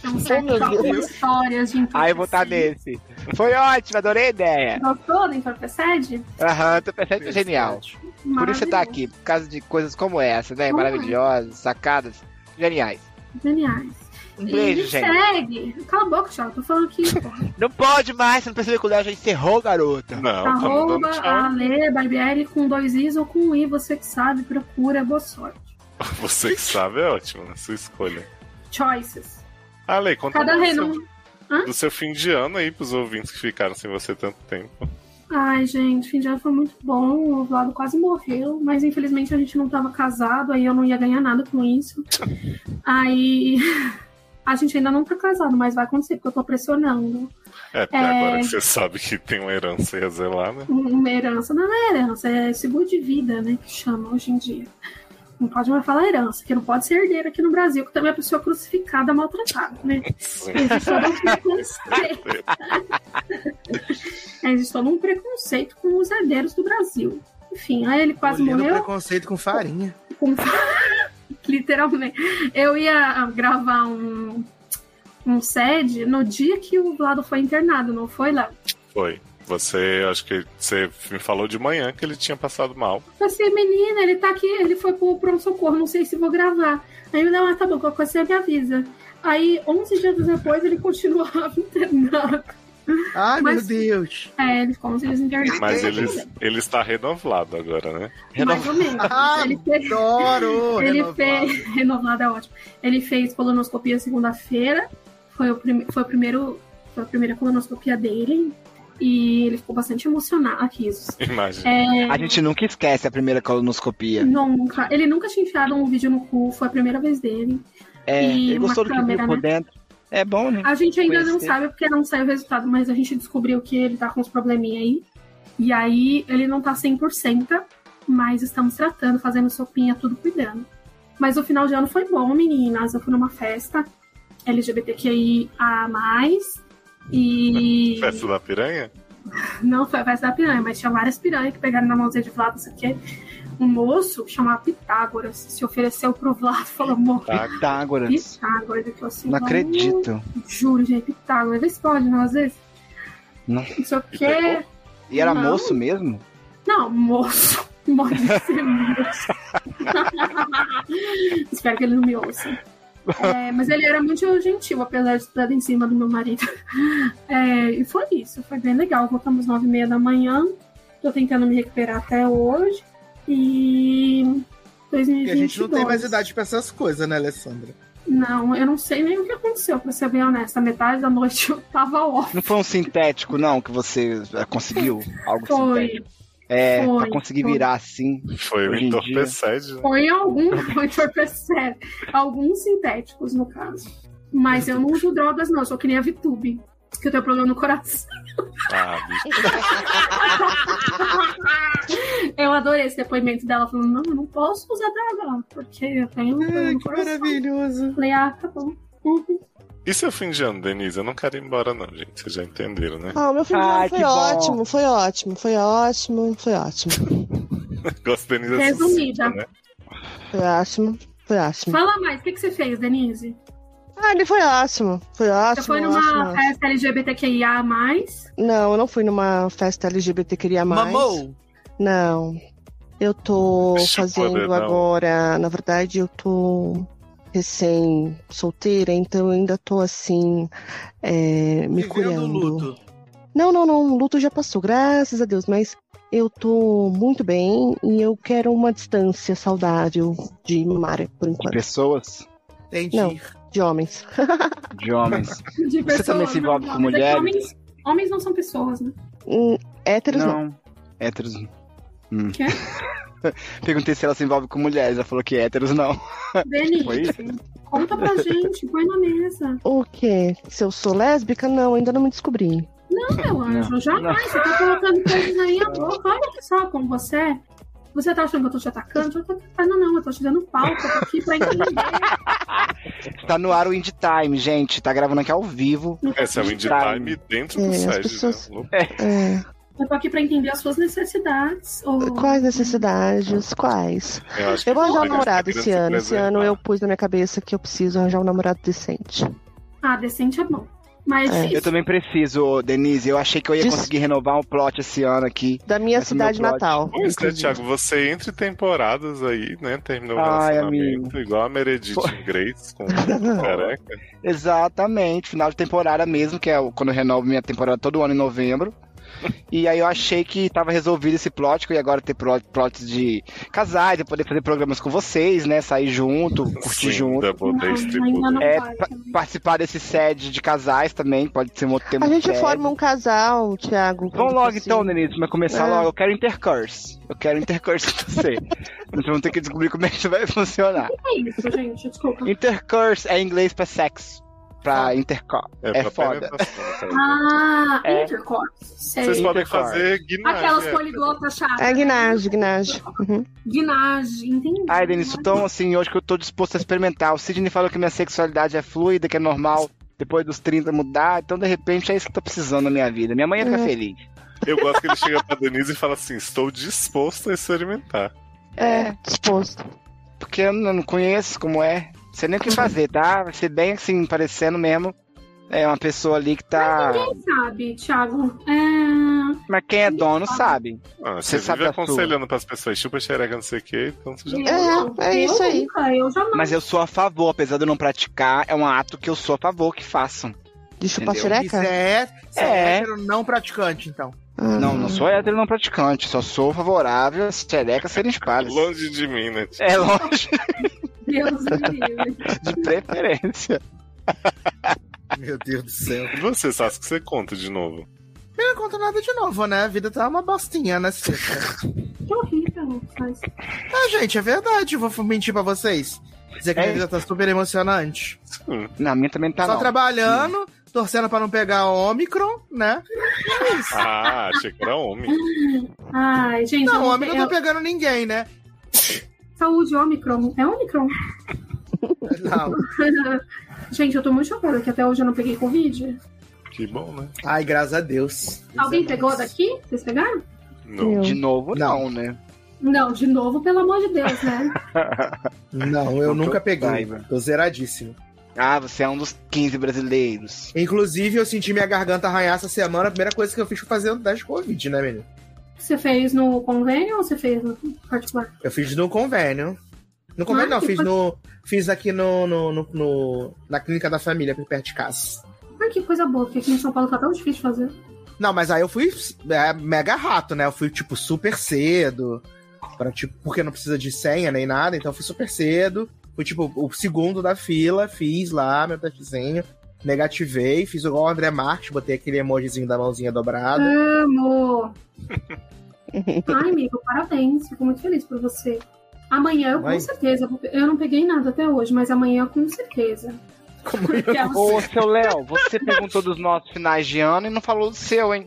Speaker 1: Que é um sede
Speaker 7: meu
Speaker 1: só com
Speaker 7: Deus.
Speaker 1: histórias de entorpecede.
Speaker 3: Aí eu vou estar nesse. Foi ótimo, adorei a ideia.
Speaker 1: Gostou do entorpecede?
Speaker 3: Aham, tô pensando que é genial. Por isso você tá aqui, por causa de coisas como essa, né?
Speaker 1: Como é?
Speaker 3: Maravilhosas, sacadas, geniais.
Speaker 1: Maravilhoso. Geniais.
Speaker 3: Um
Speaker 1: e
Speaker 3: beijo,
Speaker 1: me
Speaker 3: gente.
Speaker 1: segue. Cala a boca, Thiago. Tô falando que
Speaker 3: Não pode mais, você não percebeu que o Léo já encerrou, garota.
Speaker 5: Não, tá mandando
Speaker 1: arroba
Speaker 5: tchau.
Speaker 1: Ale Barbieri com dois Is ou com um I, você que sabe, procura, boa sorte.
Speaker 5: Você que sabe é ótimo, né? sua escolha.
Speaker 1: Choices.
Speaker 5: Ale, conta
Speaker 1: Cada
Speaker 5: do
Speaker 1: renome.
Speaker 5: seu, do seu fim de ano aí pros ouvintes que ficaram sem você tanto tempo.
Speaker 1: Ai, gente, fim de ano foi muito bom. O Vlado quase morreu, mas infelizmente a gente não tava casado, aí eu não ia ganhar nada com isso. Aí a gente ainda não tá casado, mas vai acontecer, porque eu tô pressionando.
Speaker 5: É, porque
Speaker 1: É.
Speaker 5: agora que você sabe que tem uma herança e a zelar, né?
Speaker 1: Uma herança não é herança, é seguro de vida, né? Que chama hoje em dia. Não pode mais falar herança, que não pode ser herdeiro aqui no Brasil, que também é a pessoa crucificada, maltratada, né?
Speaker 5: Sim.
Speaker 1: Existe todo um preconceito. Existe todo um preconceito com os herdeiros do Brasil. Enfim, aí ele quase
Speaker 2: Olhando
Speaker 1: morreu.
Speaker 2: preconceito com farinha.
Speaker 1: com- Literalmente. Eu ia gravar um, um SED no dia que o Vlado foi internado, não foi, Léo?
Speaker 5: Foi. Você, acho que você me falou de manhã que ele tinha passado mal.
Speaker 1: Eu falei assim, menina, ele tá aqui, ele foi pro pronto-socorro, não sei se vou gravar. Aí eu, não, ah, tá bom, qualquer coisa você me avisa. Aí, 11 dias depois, ele continuava internado.
Speaker 2: Ai,
Speaker 1: Mas-
Speaker 2: meu Deus.
Speaker 1: É, ele ficou 11 dias internado.
Speaker 5: Mas
Speaker 1: Tudo
Speaker 5: ele,
Speaker 1: bem.
Speaker 5: ele está renovado agora, né?
Speaker 1: Mais ou menos.
Speaker 2: Ah,
Speaker 1: ele fez,
Speaker 2: Adoro.
Speaker 1: ele
Speaker 2: renovado.
Speaker 1: fez renovado é ótimo. Ele fez colonoscopia segunda-feira. Foi o prime, foi o primeiro foi a primeira colonoscopia dele e ele ficou bastante emocionado aqui isso.
Speaker 5: Imagina.
Speaker 1: É,
Speaker 3: A gente nunca esquece a primeira colonoscopia.
Speaker 1: nunca, ele nunca tinha enfiado um vídeo no cu, foi a primeira vez dele.
Speaker 3: É,
Speaker 1: E
Speaker 3: ele gostou
Speaker 1: uma
Speaker 3: do que viu
Speaker 1: câmera,
Speaker 3: por
Speaker 1: né?
Speaker 3: dentro. É bom, né?
Speaker 1: A gente ainda não
Speaker 3: Conhecer.
Speaker 1: sabe porque não saiu o resultado, mas a gente descobriu que ele tá com uns probleminha aí. E aí ele não tá 100%, mas estamos tratando, fazendo sopinha, tudo cuidando. Mas o final de ano foi bom, meninas. Eu fui numa festa LGBTQIA+, e...
Speaker 5: Festa da piranha?
Speaker 1: Não foi a festa da piranha, mas tinha várias piranhas que pegaram na mãozinha de Vlado, não sei o quê. Um moço que chamava Pitágoras se ofereceu pro Vlado, falou, amor,
Speaker 5: Tá.
Speaker 3: Pitágoras.
Speaker 1: Pitágoras. Eu falei assim,
Speaker 3: Não
Speaker 1: "Vamos
Speaker 3: acredito.
Speaker 1: Juro, gente, Pitágoras. Vê se pode, não, às vezes.
Speaker 3: Não.
Speaker 1: Isso
Speaker 5: E
Speaker 1: aqui
Speaker 5: pegou?
Speaker 1: é.
Speaker 3: E era
Speaker 1: Não.
Speaker 3: moço mesmo?
Speaker 1: Não, moço. Pode ser moço. Espero que ele não me ouça. É, mas ele era muito gentil, apesar de estar em cima do meu marido. É, e foi isso, foi bem legal. Voltamos às nove e meia da manhã. Tô tentando me recuperar até hoje. E. 2022.
Speaker 2: E a gente não tem mais idade pra essas coisas, né, Alessandra?
Speaker 1: Não, eu não sei nem o que aconteceu, pra ser bem honesta. Metade da noite eu tava off.
Speaker 3: Não foi um sintético, não, que você eh, conseguiu? Algo
Speaker 1: Foi.
Speaker 3: sintético. É,
Speaker 1: Foi,
Speaker 3: pra conseguir
Speaker 1: foi.
Speaker 3: virar assim.
Speaker 5: Foi o
Speaker 3: Hoje em dia.
Speaker 5: entorpecede, né?
Speaker 1: Põe algum, põe entorpecente. alguns sintéticos, no caso. Mas eu não uso drogas, não, eu só queria VTube. Que eu tenho problema no coração.
Speaker 5: Ah, bicho.
Speaker 1: Eu adorei esse depoimento dela falando: não, eu não posso usar droga, porque eu tenho.
Speaker 2: Ai,
Speaker 1: um
Speaker 2: que
Speaker 1: coração."
Speaker 2: maravilhoso.
Speaker 1: Falei, ah, tá bom. Uhum.
Speaker 5: E seu fim de ano, Denise? Eu não quero ir embora, não, gente. Vocês já entenderam, né?
Speaker 7: Ah, o meu fim de ano
Speaker 3: Ai,
Speaker 7: foi
Speaker 3: que bom.
Speaker 7: ótimo, foi ótimo, foi ótimo, foi ótimo.
Speaker 5: Gosto da Denise é
Speaker 1: Resumida.
Speaker 5: sucinta, né?
Speaker 7: Foi ótimo, foi ótimo.
Speaker 1: Fala mais, o que, que você fez, Denise?
Speaker 7: Ah, ele foi ótimo, foi
Speaker 1: Você
Speaker 7: ótimo.
Speaker 1: foi numa
Speaker 7: ótimo, ótimo.
Speaker 1: festa LGBTQIA.
Speaker 7: Não, eu não fui numa festa LGBT queria mais.
Speaker 2: Mamou.
Speaker 7: Não. Eu tô
Speaker 5: Ixi, poder,
Speaker 7: fazendo
Speaker 5: não.
Speaker 2: um-
Speaker 7: agora, na verdade, eu tô recém solteira, então eu ainda tô assim, é, me
Speaker 2: Vivendo o
Speaker 7: curando.
Speaker 2: um luto.
Speaker 7: Não, não, não. O luto já passou, graças a Deus. Mas eu tô muito bem e eu quero uma distância saudável de Mara, por
Speaker 3: De
Speaker 7: enquanto.
Speaker 3: pessoas,
Speaker 2: Entendi.
Speaker 7: Não. De homens.
Speaker 3: de homens.
Speaker 1: De pessoas,
Speaker 3: também se envolve
Speaker 1: né?
Speaker 3: com
Speaker 1: Mas é que
Speaker 3: mulheres?
Speaker 1: Homens, homens não são pessoas, né?
Speaker 7: Hum, Héteros não.
Speaker 3: não. Héteros. Hum.
Speaker 1: Quê?
Speaker 3: Perguntei se ela se envolve com mulheres. Ela falou que é, héteros não. É, Foi
Speaker 1: Denise,
Speaker 3: isso?
Speaker 1: conta pra gente, põe na mesa.
Speaker 7: O quê? Se eu sou lésbica? Não, ainda não me descobri.
Speaker 1: Não, meu anjo, jamais. Você tá colocando coisas aí na boca. Olha só como você é. Você tá achando que eu tô te atacando? Eu tô te atacando, não. Eu tô te dando pauta tô aqui pra entender.
Speaker 3: Tá no ar o Indie Time, gente. Tá gravando aqui ao vivo.
Speaker 5: Essa é o Indie Time dentro do
Speaker 7: É, as
Speaker 5: SED,
Speaker 7: pessoas-
Speaker 5: né? Louco.
Speaker 7: É,
Speaker 1: Eu tô aqui pra entender as suas necessidades. Ou...
Speaker 7: Quais necessidades? Quais?
Speaker 5: Eu, acho que
Speaker 7: Eu vou arranjar um
Speaker 5: Denise tá
Speaker 7: namorado
Speaker 5: querendo
Speaker 7: esse
Speaker 5: se
Speaker 7: ano. Esse ano
Speaker 5: preservar.
Speaker 7: eu pus na minha cabeça que eu preciso arranjar um namorado decente.
Speaker 1: Ah, decente é bom. Mas
Speaker 7: É.
Speaker 1: é.
Speaker 3: Eu
Speaker 1: difícil.
Speaker 3: também preciso, Denise. Eu achei que eu ia
Speaker 7: Diz-
Speaker 3: conseguir renovar um plot esse ano aqui.
Speaker 7: Da minha
Speaker 3: Mas o meu
Speaker 7: cidade
Speaker 3: plot-
Speaker 7: natal.
Speaker 5: Pois é,
Speaker 7: inclusive.
Speaker 5: Thiago, você entre temporadas aí, né? Terminou o
Speaker 3: Ai,
Speaker 5: relacionamento, igual a Meredith Grace com careca.
Speaker 3: Exatamente, final de temporada mesmo, que é o- quando eu renovo minha temporada todo ano em novembro. E aí eu achei que tava resolvido esse plot, que eu ia agora ter plo- plots de casais, eu poder fazer programas com vocês, né? Sair junto, curtir
Speaker 5: Sim,
Speaker 3: junto.
Speaker 5: assim, Double Days
Speaker 1: Não,
Speaker 5: Triple
Speaker 1: ainda não
Speaker 5: Days.
Speaker 3: É,
Speaker 1: vai.
Speaker 3: pa- participar desse sede de casais também, pode ser um outro tema.
Speaker 7: A gente
Speaker 3: sério.
Speaker 7: forma um casal, Thiago.
Speaker 3: Vamos
Speaker 7: quando
Speaker 3: logo então,
Speaker 7: possível.
Speaker 3: Denise, pra começar
Speaker 7: É.
Speaker 3: logo. Eu quero intercurse. Eu quero intercurse com você. Nós vamos ter que descobrir como é que isso vai funcionar.
Speaker 1: É isso, gente. Desculpa.
Speaker 3: Intercurse é em inglês pra sexo. Pra intercurso.
Speaker 5: É,
Speaker 3: É
Speaker 5: pra
Speaker 3: foda.
Speaker 5: penetração, né, cara.
Speaker 1: Ah,
Speaker 3: É.
Speaker 1: intercourse. Sei.
Speaker 5: Vocês podem
Speaker 3: Intercourse.
Speaker 5: fazer guinagem.
Speaker 1: Aquelas
Speaker 5: é.
Speaker 1: poliglotas chatas.
Speaker 7: É Gnage, Gnage.
Speaker 1: Guinagem, entendi.
Speaker 3: Ai, Denis, tô tão assim hoje que eu tô disposto a experimentar. O Sidney falou que minha sexualidade é fluida, que é normal depois dos 30 mudar. Então, de repente, é isso que eu tô precisando na minha vida. Minha mãe ia ficar
Speaker 7: É.
Speaker 3: feliz.
Speaker 5: Eu gosto que ele chega pra Denise e fala assim: estou disposto a experimentar.
Speaker 7: É, disposto.
Speaker 3: Porque eu não conheço como é. Não sei nem o que fazer, tá? Vai ser bem assim, parecendo mesmo. É uma pessoa ali que tá.
Speaker 1: Quem sabe, Thiago? É...
Speaker 3: Mas quem é dono sabe.
Speaker 5: Ah,
Speaker 3: Você
Speaker 5: você
Speaker 3: sabe
Speaker 5: vive
Speaker 3: da sua.
Speaker 5: aconselhando pras pessoas, chupa xereca, não sei o quê, então você já não
Speaker 7: É, é isso
Speaker 1: eu
Speaker 7: aí.
Speaker 1: Nunca, eu jamais.
Speaker 3: Mas eu sou a favor, apesar de eu não praticar, é um ato que eu sou a favor que façam.
Speaker 7: De chupar
Speaker 3: Entendeu?
Speaker 2: Isso
Speaker 7: xereca?
Speaker 2: é, isso é
Speaker 3: né, É.
Speaker 2: hétero não praticante, então.
Speaker 7: Ah.
Speaker 3: Não, não sou hétero não praticante, só sou favorável a xerecas serem espalhas.
Speaker 5: tá longe de mim, né?
Speaker 3: É longe,
Speaker 1: Deus me livre.
Speaker 3: de preferência.
Speaker 2: Meu Deus do céu.
Speaker 5: E você, Sassi, que você conta de novo?
Speaker 2: Eu não conto nada de novo, né? A vida tá uma bostinha, né? seca?
Speaker 1: Que horrível. Mas...
Speaker 2: ah, gente, é verdade. Eu vou mentir pra vocês. Dizer que a minha
Speaker 3: É.
Speaker 2: vida tá super emocionante.
Speaker 5: Sim.
Speaker 3: Na minha também tá
Speaker 2: Só
Speaker 3: não.
Speaker 2: trabalhando, torcendo pra não pegar Omicron, né?
Speaker 5: Ah, achei que era homem.
Speaker 1: Ai, gente. eu
Speaker 2: Não,
Speaker 1: não
Speaker 2: Omicron
Speaker 1: tenho-
Speaker 2: não tá pegando ninguém, né?
Speaker 1: Saúde, Omicron. É Omicron?
Speaker 2: Não.
Speaker 1: gente, eu tô muito chocada que até hoje eu não peguei Covid.
Speaker 5: Que bom, né?
Speaker 2: Ai, graças a Deus.
Speaker 1: Alguém pegou daqui? Vocês pegaram?
Speaker 5: Não.
Speaker 7: Eu.
Speaker 3: De novo, não, né?
Speaker 1: Não, de novo, pelo amor de Deus, né?
Speaker 2: Não, eu
Speaker 3: Não que
Speaker 2: nunca
Speaker 3: eu
Speaker 2: peguei.
Speaker 3: saiba.
Speaker 2: Tô zeradíssimo.
Speaker 3: Ah, você é um dos 15 brasileiros.
Speaker 2: Inclusive, eu senti minha garganta arranhar essa semana. A primeira coisa que eu fiz foi fazer um teste de Covid, né, menino?
Speaker 1: Você fez no convênio ou você fez no particular?
Speaker 2: Eu fiz no convênio. No convênio,
Speaker 1: Ah,
Speaker 2: não,
Speaker 1: que
Speaker 2: fiz
Speaker 1: coisa.
Speaker 2: no. Fiz aqui no, no, no- no- na clínica da família, aqui perto de casa.
Speaker 1: Ai, que coisa boa, porque aqui em São Paulo tá tão difícil de fazer.
Speaker 2: Não, mas aí eu fui é, mega rato, né? Eu fui, tipo, super cedo. Pra, tipo, porque não precisa de senha nem nada, então eu fui super cedo. Fui, tipo, o segundo da fila, fiz lá meu testezinho. Negativei, fiz igual o André Marques, botei aquele emojizinho da mãozinha dobrada.
Speaker 1: Amo! Ai, amigo, parabéns. Fico muito feliz por você. Amanhã eu
Speaker 2: Mãe?
Speaker 1: com certeza. vou pe- Eu não peguei nada até hoje, mas amanhã eu com certeza.
Speaker 2: Como é?
Speaker 1: Porque é
Speaker 2: eu...
Speaker 1: elas-
Speaker 3: Ô, seu Léo, você perguntou dos nossos finais de ano e não falou do seu, hein?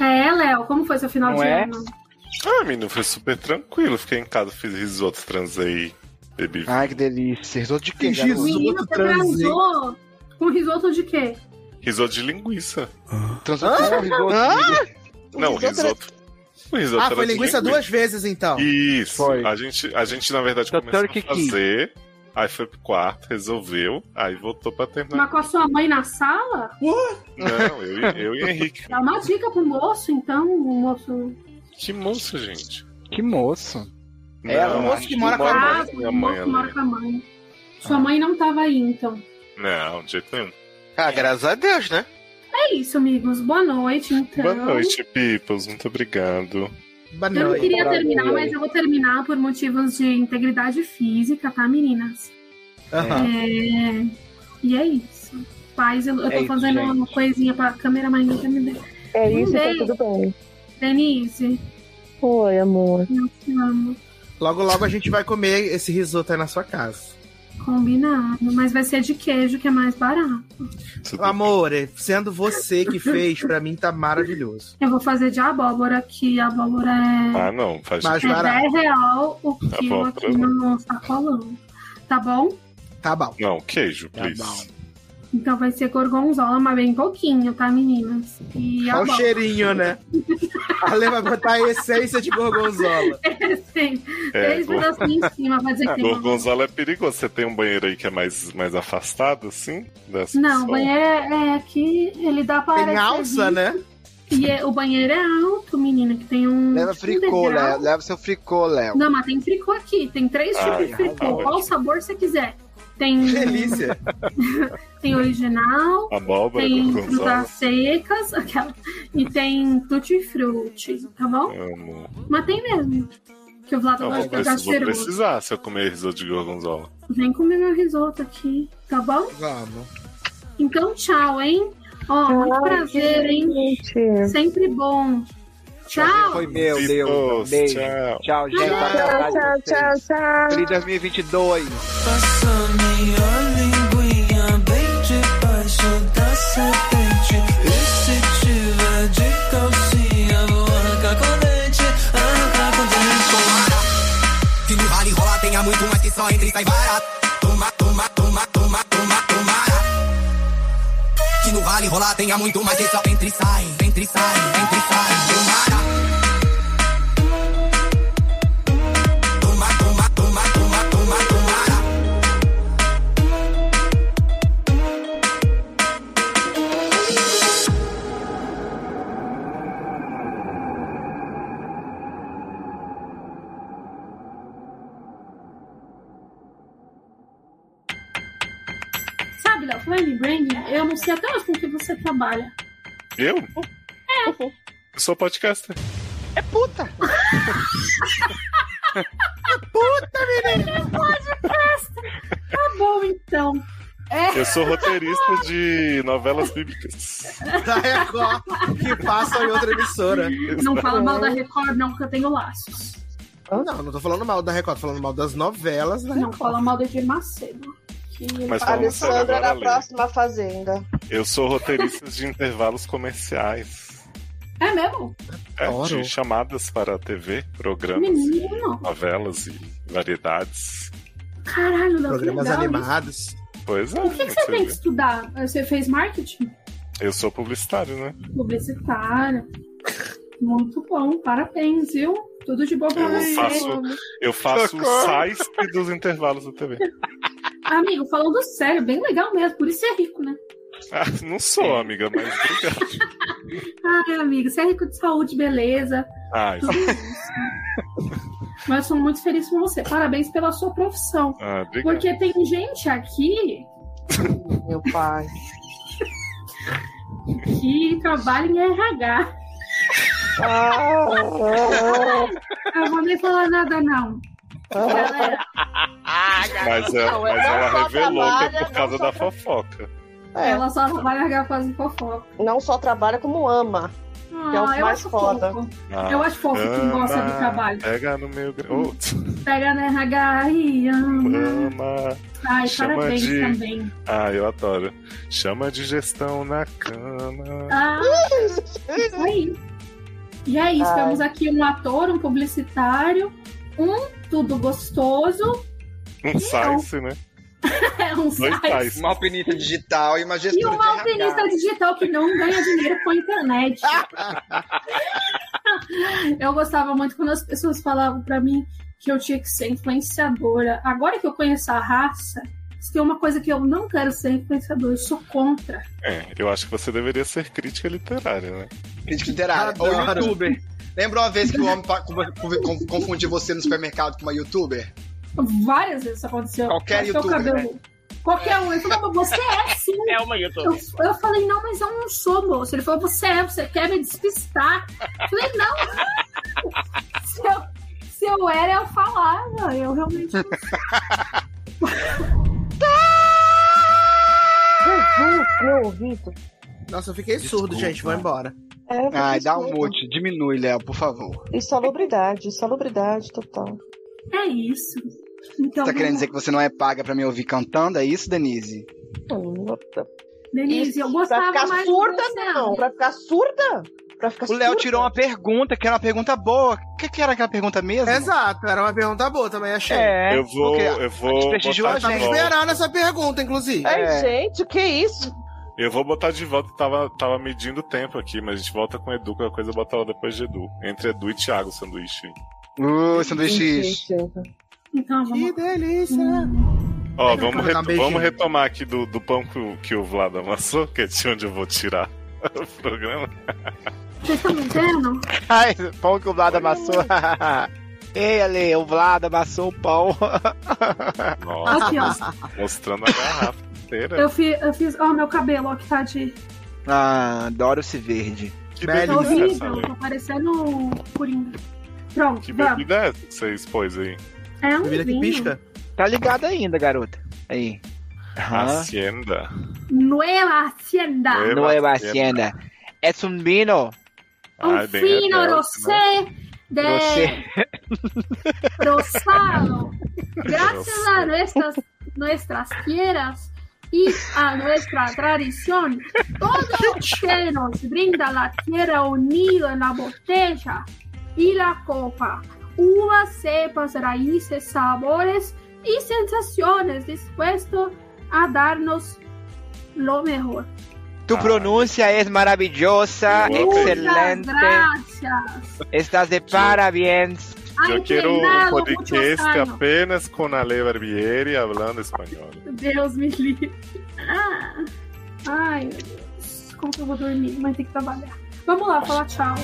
Speaker 1: É, Léo, como foi seu final
Speaker 3: Não
Speaker 1: de
Speaker 3: é?
Speaker 1: ano?
Speaker 5: Ah, menino, foi super tranquilo. Fiquei em casa, fiz risoto, transei, bebi.
Speaker 3: Ai, que delícia. Risoto de quê,
Speaker 2: Que
Speaker 3: garoto?
Speaker 2: risoto.
Speaker 1: Menino, você
Speaker 2: transei.
Speaker 1: transou com risoto de quê?
Speaker 5: Risoto de linguiça.
Speaker 3: Transou com risoto. Ah?
Speaker 5: Não, risoto. O risoto
Speaker 2: Ah,
Speaker 5: era
Speaker 2: foi
Speaker 5: de
Speaker 2: linguiça duas vezes, então.
Speaker 5: Isso.
Speaker 3: Foi.
Speaker 5: A gente, a gente, na verdade,
Speaker 3: Da
Speaker 5: começou
Speaker 3: Turkey
Speaker 5: a fazer. Aí foi pro quarto, resolveu. Aí voltou pra terminar.
Speaker 1: Mas com a sua mãe na sala?
Speaker 5: Não, eu, e- eu e Henrique.
Speaker 1: Dá uma dica pro moço, então, o moço.
Speaker 5: Que moço, gente.
Speaker 3: Que moço.
Speaker 2: É,
Speaker 5: Não,
Speaker 2: o moço
Speaker 5: a gente
Speaker 2: que mora
Speaker 5: não
Speaker 2: com a
Speaker 5: mora
Speaker 1: Ah,
Speaker 5: minha
Speaker 1: o
Speaker 5: mãe
Speaker 1: moço mora
Speaker 5: ali.
Speaker 1: com a mãe. Sua mãe não tava aí, então.
Speaker 5: Não, de jeito nenhum.
Speaker 10: Ah, graças a Deus, né?
Speaker 1: É isso, amigos. Boa noite, então.
Speaker 5: Boa noite, Peoples. Muito obrigado.
Speaker 2: Boa
Speaker 1: Eu não
Speaker 2: noite.
Speaker 1: queria
Speaker 3: maravilha.
Speaker 1: terminar, mas eu vou terminar por motivos de integridade física, tá, meninas?
Speaker 2: Aham.
Speaker 1: É... E é isso. Paz, eu, eu tô
Speaker 3: É isso,
Speaker 1: fazendo
Speaker 3: gente.
Speaker 1: uma coisinha pra câmera, mas ninguém tá me dando.
Speaker 4: É
Speaker 1: Um
Speaker 4: isso, tá
Speaker 1: beijo.
Speaker 4: tudo bem.
Speaker 1: Denise,
Speaker 4: Oi, amor.
Speaker 1: te amo.
Speaker 2: Logo, logo a gente vai comer esse risoto aí na sua casa.
Speaker 1: Combinado. Mas vai ser de queijo, que é mais barato.
Speaker 5: Tudo
Speaker 2: Amor, sendo você que fez, pra mim tá maravilhoso.
Speaker 1: Eu vou fazer de abóbora, que a abóbora é...
Speaker 5: bem. Ah, não. Faz
Speaker 2: Mas-
Speaker 1: É
Speaker 5: de...
Speaker 2: Tá barato.
Speaker 1: 10 real o
Speaker 5: Tá
Speaker 1: quilo
Speaker 5: bom,
Speaker 1: aqui no sacolão. Tá bom?
Speaker 2: Tá bom.
Speaker 5: Não, queijo,
Speaker 2: Tá
Speaker 5: please.
Speaker 2: bom.
Speaker 1: Então vai ser gorgonzola, mas bem pouquinho, tá, meninas? E
Speaker 2: Olha o
Speaker 1: abóbora.
Speaker 2: cheirinho, né? A Lê vai botar a essência de gorgonzola.
Speaker 1: Sim,
Speaker 5: É,
Speaker 1: assim, três pedacinhos em cima, vai dizer que tem. uma-
Speaker 5: Gorgonzola é perigoso. Você tem um banheiro aí que é mais, mais afastado, assim? dessa
Speaker 1: Não, o
Speaker 5: pessoa?
Speaker 1: banheiro é aqui, ele dá para.
Speaker 2: Tem alça, né?
Speaker 1: E é- o banheiro é alto, menino, que tem um.
Speaker 3: Leva
Speaker 1: um
Speaker 3: fricô, né?
Speaker 1: degrau.
Speaker 3: Léo. Leva seu fricô, Léo.
Speaker 1: Não, mas tem fricô aqui. Tem três
Speaker 5: Ah,
Speaker 1: tipos de
Speaker 5: tá
Speaker 1: fricô.
Speaker 5: ótimo.
Speaker 1: Qual sabor você quiser? Tem,
Speaker 2: Que delícia.
Speaker 1: tem original,
Speaker 5: Abóbora,
Speaker 1: tem
Speaker 5: gorgonzola.
Speaker 1: frutas secas, aquela, e tem tutti frutti, tá bom?
Speaker 5: Amo.
Speaker 1: Mas tem mesmo. Que o Vlado
Speaker 5: Não,
Speaker 1: gosta de
Speaker 5: vou,
Speaker 1: pegar
Speaker 5: precisar, vou
Speaker 1: cheiroso.
Speaker 5: precisar se eu comer risoto de gorgonzola.
Speaker 1: Vem comer meu risoto aqui, tá bom?
Speaker 2: Vamos.
Speaker 1: Então, tchau, hein? Ó, muito prazer, hein?
Speaker 4: Gente,
Speaker 1: Sempre bom. Tchau!
Speaker 3: Foi meu,
Speaker 5: Peoples,
Speaker 3: Deus. Beijo.
Speaker 5: Tchau.
Speaker 3: Tchau, gente.
Speaker 4: tchau, tchau, tchau, tchau.
Speaker 3: Feliz 2022.
Speaker 9: Passando minha linguinha bem debaixo da serpente. E se tiver de calcinha, vou arrancar com dente, arrancar com dente.
Speaker 10: Que no vale rola tenha muito, mas que só entre e sai barato. Toma, toma, toma, toma, toma, toma. Que no vale rola tenha muito, mas que só entre e sai, entre e sai, entre e sai. Toma, toma, toma, toma, toma, toma.
Speaker 1: Sabe, Léo, Flame Branding, eu não sei até hoje com que você trabalha.
Speaker 5: Eu? Eu sou podcaster.
Speaker 3: É puta.
Speaker 1: Tá bom, então.
Speaker 5: Eu sou roteirista de novelas bíblicas.
Speaker 2: Da Record, que passa em outra emissora.
Speaker 1: Não fala mal da Record, não, que eu tenho laços.
Speaker 2: Ah, Não, não tô falando mal da Record, tô falando mal das novelas né? da
Speaker 1: Não
Speaker 2: Record.
Speaker 1: fala mal do Edir Macedo. Que...
Speaker 5: Mas falando sério
Speaker 4: Alessandra
Speaker 5: agora,
Speaker 4: na
Speaker 5: Lê,
Speaker 4: próxima fazenda.
Speaker 5: eu sou roteirista de intervalos comerciais.
Speaker 1: É mesmo?
Speaker 5: É,
Speaker 2: Adoro.
Speaker 5: de chamadas para a TV, programas,
Speaker 1: Menino.
Speaker 5: novelas e variedades.
Speaker 1: Caralho, Léo, que
Speaker 2: Programas
Speaker 1: legal.
Speaker 2: animados.
Speaker 5: Pois é.
Speaker 1: O que, que você
Speaker 5: você
Speaker 1: tem que
Speaker 5: vê.
Speaker 1: estudar? Você fez marketing?
Speaker 5: Eu sou publicitário, né?
Speaker 1: Publicitária. Muito bom, parabéns, viu? Tudo de bom pra
Speaker 5: Eu
Speaker 1: você.
Speaker 5: faço- Eu faço o
Speaker 3: Socorro.
Speaker 5: SAISP dos intervalos da TV.
Speaker 1: Amigo, falando sério, bem legal mesmo, por isso você é rico, né?
Speaker 5: Ah, não sou, amiga, mas obrigado.
Speaker 1: Ah, amigo, você é rico de saúde, beleza.
Speaker 5: Ah, isso-
Speaker 1: Mas eu sou muito feliz com você. Parabéns pela sua profissão.
Speaker 5: ah, obrigado.
Speaker 1: Porque tem gente aqui
Speaker 4: Meu pai.
Speaker 1: que trabalha em RH.
Speaker 4: Ah, ah,
Speaker 1: Eu vou nem falar nada, não. Galera,
Speaker 5: Mas, ela-
Speaker 4: Não,
Speaker 5: mas
Speaker 4: não
Speaker 5: ela
Speaker 4: só
Speaker 5: revelou que é
Speaker 4: trabalha,
Speaker 5: por
Speaker 4: não
Speaker 5: causa
Speaker 4: só
Speaker 5: da fofoca.
Speaker 4: É.
Speaker 1: ela só trabalha em RH fazendo fofoca.
Speaker 4: ah. Não só trabalha como ama.
Speaker 1: Ah,
Speaker 4: Que é o
Speaker 1: eu
Speaker 4: mais
Speaker 1: acho
Speaker 4: foda.
Speaker 1: fofo.
Speaker 5: Ah, tá.
Speaker 1: Eu acho fofo quem gosta do
Speaker 5: ama,
Speaker 1: trabalho.
Speaker 5: Pega no meu. gra- Ô,
Speaker 1: Pega na RH e ama.
Speaker 5: ama.
Speaker 1: Ai,
Speaker 5: Chama
Speaker 1: parabéns
Speaker 5: de-
Speaker 1: também.
Speaker 5: Ah, eu adoro. Chama de gestão na cama.
Speaker 1: Ah, isso aí. E é isso, temos aqui um ator, um publicitário, um tudo gostoso,
Speaker 5: Um Sice, né?
Speaker 1: é um
Speaker 5: Dois
Speaker 1: site.
Speaker 5: Sice.
Speaker 11: Uma alpinista digital e uma gestora
Speaker 1: E uma alpinista digital que não ganha dinheiro com a internet. eu gostava muito quando as pessoas falavam pra mim que eu tinha que ser influenciadora. Agora que eu conheço a raça, se tem uma coisa que eu não quero ser influenciadora, eu sou contra.
Speaker 5: É, eu acho que você deveria ser crítica literária, né?
Speaker 11: Crítica literária. Ou
Speaker 5: Adoro.
Speaker 11: youtuber. Lembra uma vez que o homem pa- con- con- confundiu você no supermercado com uma youtuber?
Speaker 1: Várias vezes isso aconteceu.
Speaker 11: Qualquer
Speaker 1: Mas seu
Speaker 11: youtuber,
Speaker 1: cabelo- Qualquer um. Ele falou, mas você é sim.
Speaker 12: É uma
Speaker 1: Eu,
Speaker 12: youtuber.
Speaker 1: eu falei, não, mas eu não sou, moço. Ele falou, você é, você quer me despistar. Eu falei, não. se, eu, se eu era, eu falava. Eu realmente não
Speaker 4: Jesus, meu ouvido.
Speaker 2: Nossa, eu fiquei surdo, gente. Vou embora.
Speaker 4: É, eu
Speaker 11: Ai, dá um
Speaker 4: preciso.
Speaker 11: mute. Diminui, Léo, por favor.
Speaker 4: Insalubridade, insalubridade total.
Speaker 1: É isso. Então,
Speaker 11: Tá querendo dizer que você não é paga pra me ouvir cantando? É isso, Denise?
Speaker 1: Denise, eu gostava
Speaker 4: pra ficar
Speaker 1: mais
Speaker 4: surda,
Speaker 1: de você.
Speaker 4: não. Pra ficar surda? Pra ficar
Speaker 11: O Léo
Speaker 4: surda?
Speaker 11: tirou uma pergunta, que era uma pergunta boa. O que, que era aquela pergunta mesmo?
Speaker 2: Exato, era uma pergunta boa, também achei.
Speaker 11: É,
Speaker 5: eu vou,
Speaker 11: porque
Speaker 5: eu vou botar de
Speaker 11: desprestigiou a
Speaker 2: Tava
Speaker 11: gente.
Speaker 5: volta.
Speaker 2: esperando essa pergunta, inclusive.
Speaker 7: É,
Speaker 4: Ai, gente, que é isso?
Speaker 5: Eu vou botar de volta, tava, tava medindo o tempo aqui, mas a gente volta com o Edu, que a coisa bota lá depois de Edu. Entre Edu e Thiago, o sanduíche.
Speaker 11: Uh, sanduíche.
Speaker 4: Gente,
Speaker 1: Então,
Speaker 2: Que
Speaker 1: vamos...
Speaker 2: delícia!
Speaker 5: Ó,
Speaker 2: Não, cara,
Speaker 5: vamos,
Speaker 2: dá
Speaker 5: re-
Speaker 2: um beijinho.
Speaker 5: vamos retomar aqui do, do pão que o, que o Vlad amassou, que é de onde eu vou tirar o programa.
Speaker 1: Vocês estão me entendendo?
Speaker 3: Ai, pão que o Vlad amassou. Ei, Ale, o Vlad amassou o pão.
Speaker 5: Nossa,
Speaker 1: Aqui, ó.
Speaker 5: mos- mostrando a garrafa inteira.
Speaker 1: Eu, fi, eu fiz... Ó, meu cabelo, ó, que tá de...
Speaker 11: Ah, adoro esse verde.
Speaker 5: Que
Speaker 1: Tá
Speaker 5: bebida é essa,
Speaker 1: horrível,
Speaker 5: Ale?
Speaker 1: tá parecendo o Coringa. Pronto,
Speaker 5: Que
Speaker 1: vamos.
Speaker 5: bebida é essa que você expôs aí?
Speaker 1: É um
Speaker 2: Bebida que
Speaker 1: vinho.
Speaker 2: pisca?
Speaker 3: Tá ligado ainda, garota. Aí. Aham.
Speaker 5: Hacienda.
Speaker 1: Nueva Hacienda.
Speaker 5: Nueva
Speaker 3: Nueva
Speaker 5: Hacienda.
Speaker 3: Hacienda. É um vino.
Speaker 1: Un
Speaker 5: Ai, bem
Speaker 1: Um fino
Speaker 5: rebelde, né?
Speaker 1: rosé de
Speaker 3: Você.
Speaker 1: rosado. Gracias
Speaker 5: Rosé.
Speaker 1: a nuestras, nuestras tierras y a nuestra tradición, todo que nos brinda la tierra unido en la botella y la copa, uvas, cepas, raíces, sabores y sensaciones dispuesto a darnos lo mejor.
Speaker 3: Tu
Speaker 5: Ai.
Speaker 3: pronuncia es maravillosa,
Speaker 5: Eu amei.
Speaker 3: Ah, excelente.
Speaker 1: Muchas gracias.
Speaker 3: Estás de parabéns.
Speaker 1: Ay,
Speaker 5: Eu quero um
Speaker 1: Fernando,
Speaker 5: podcast
Speaker 1: muchos años.
Speaker 5: apenas com a Ale Barbieri falando espanhol.
Speaker 1: Deus me livre. Ah. Ai, meu Deus. Como que eu vou dormir? Mas tem que trabalhar. Vamos lá, falar tchau.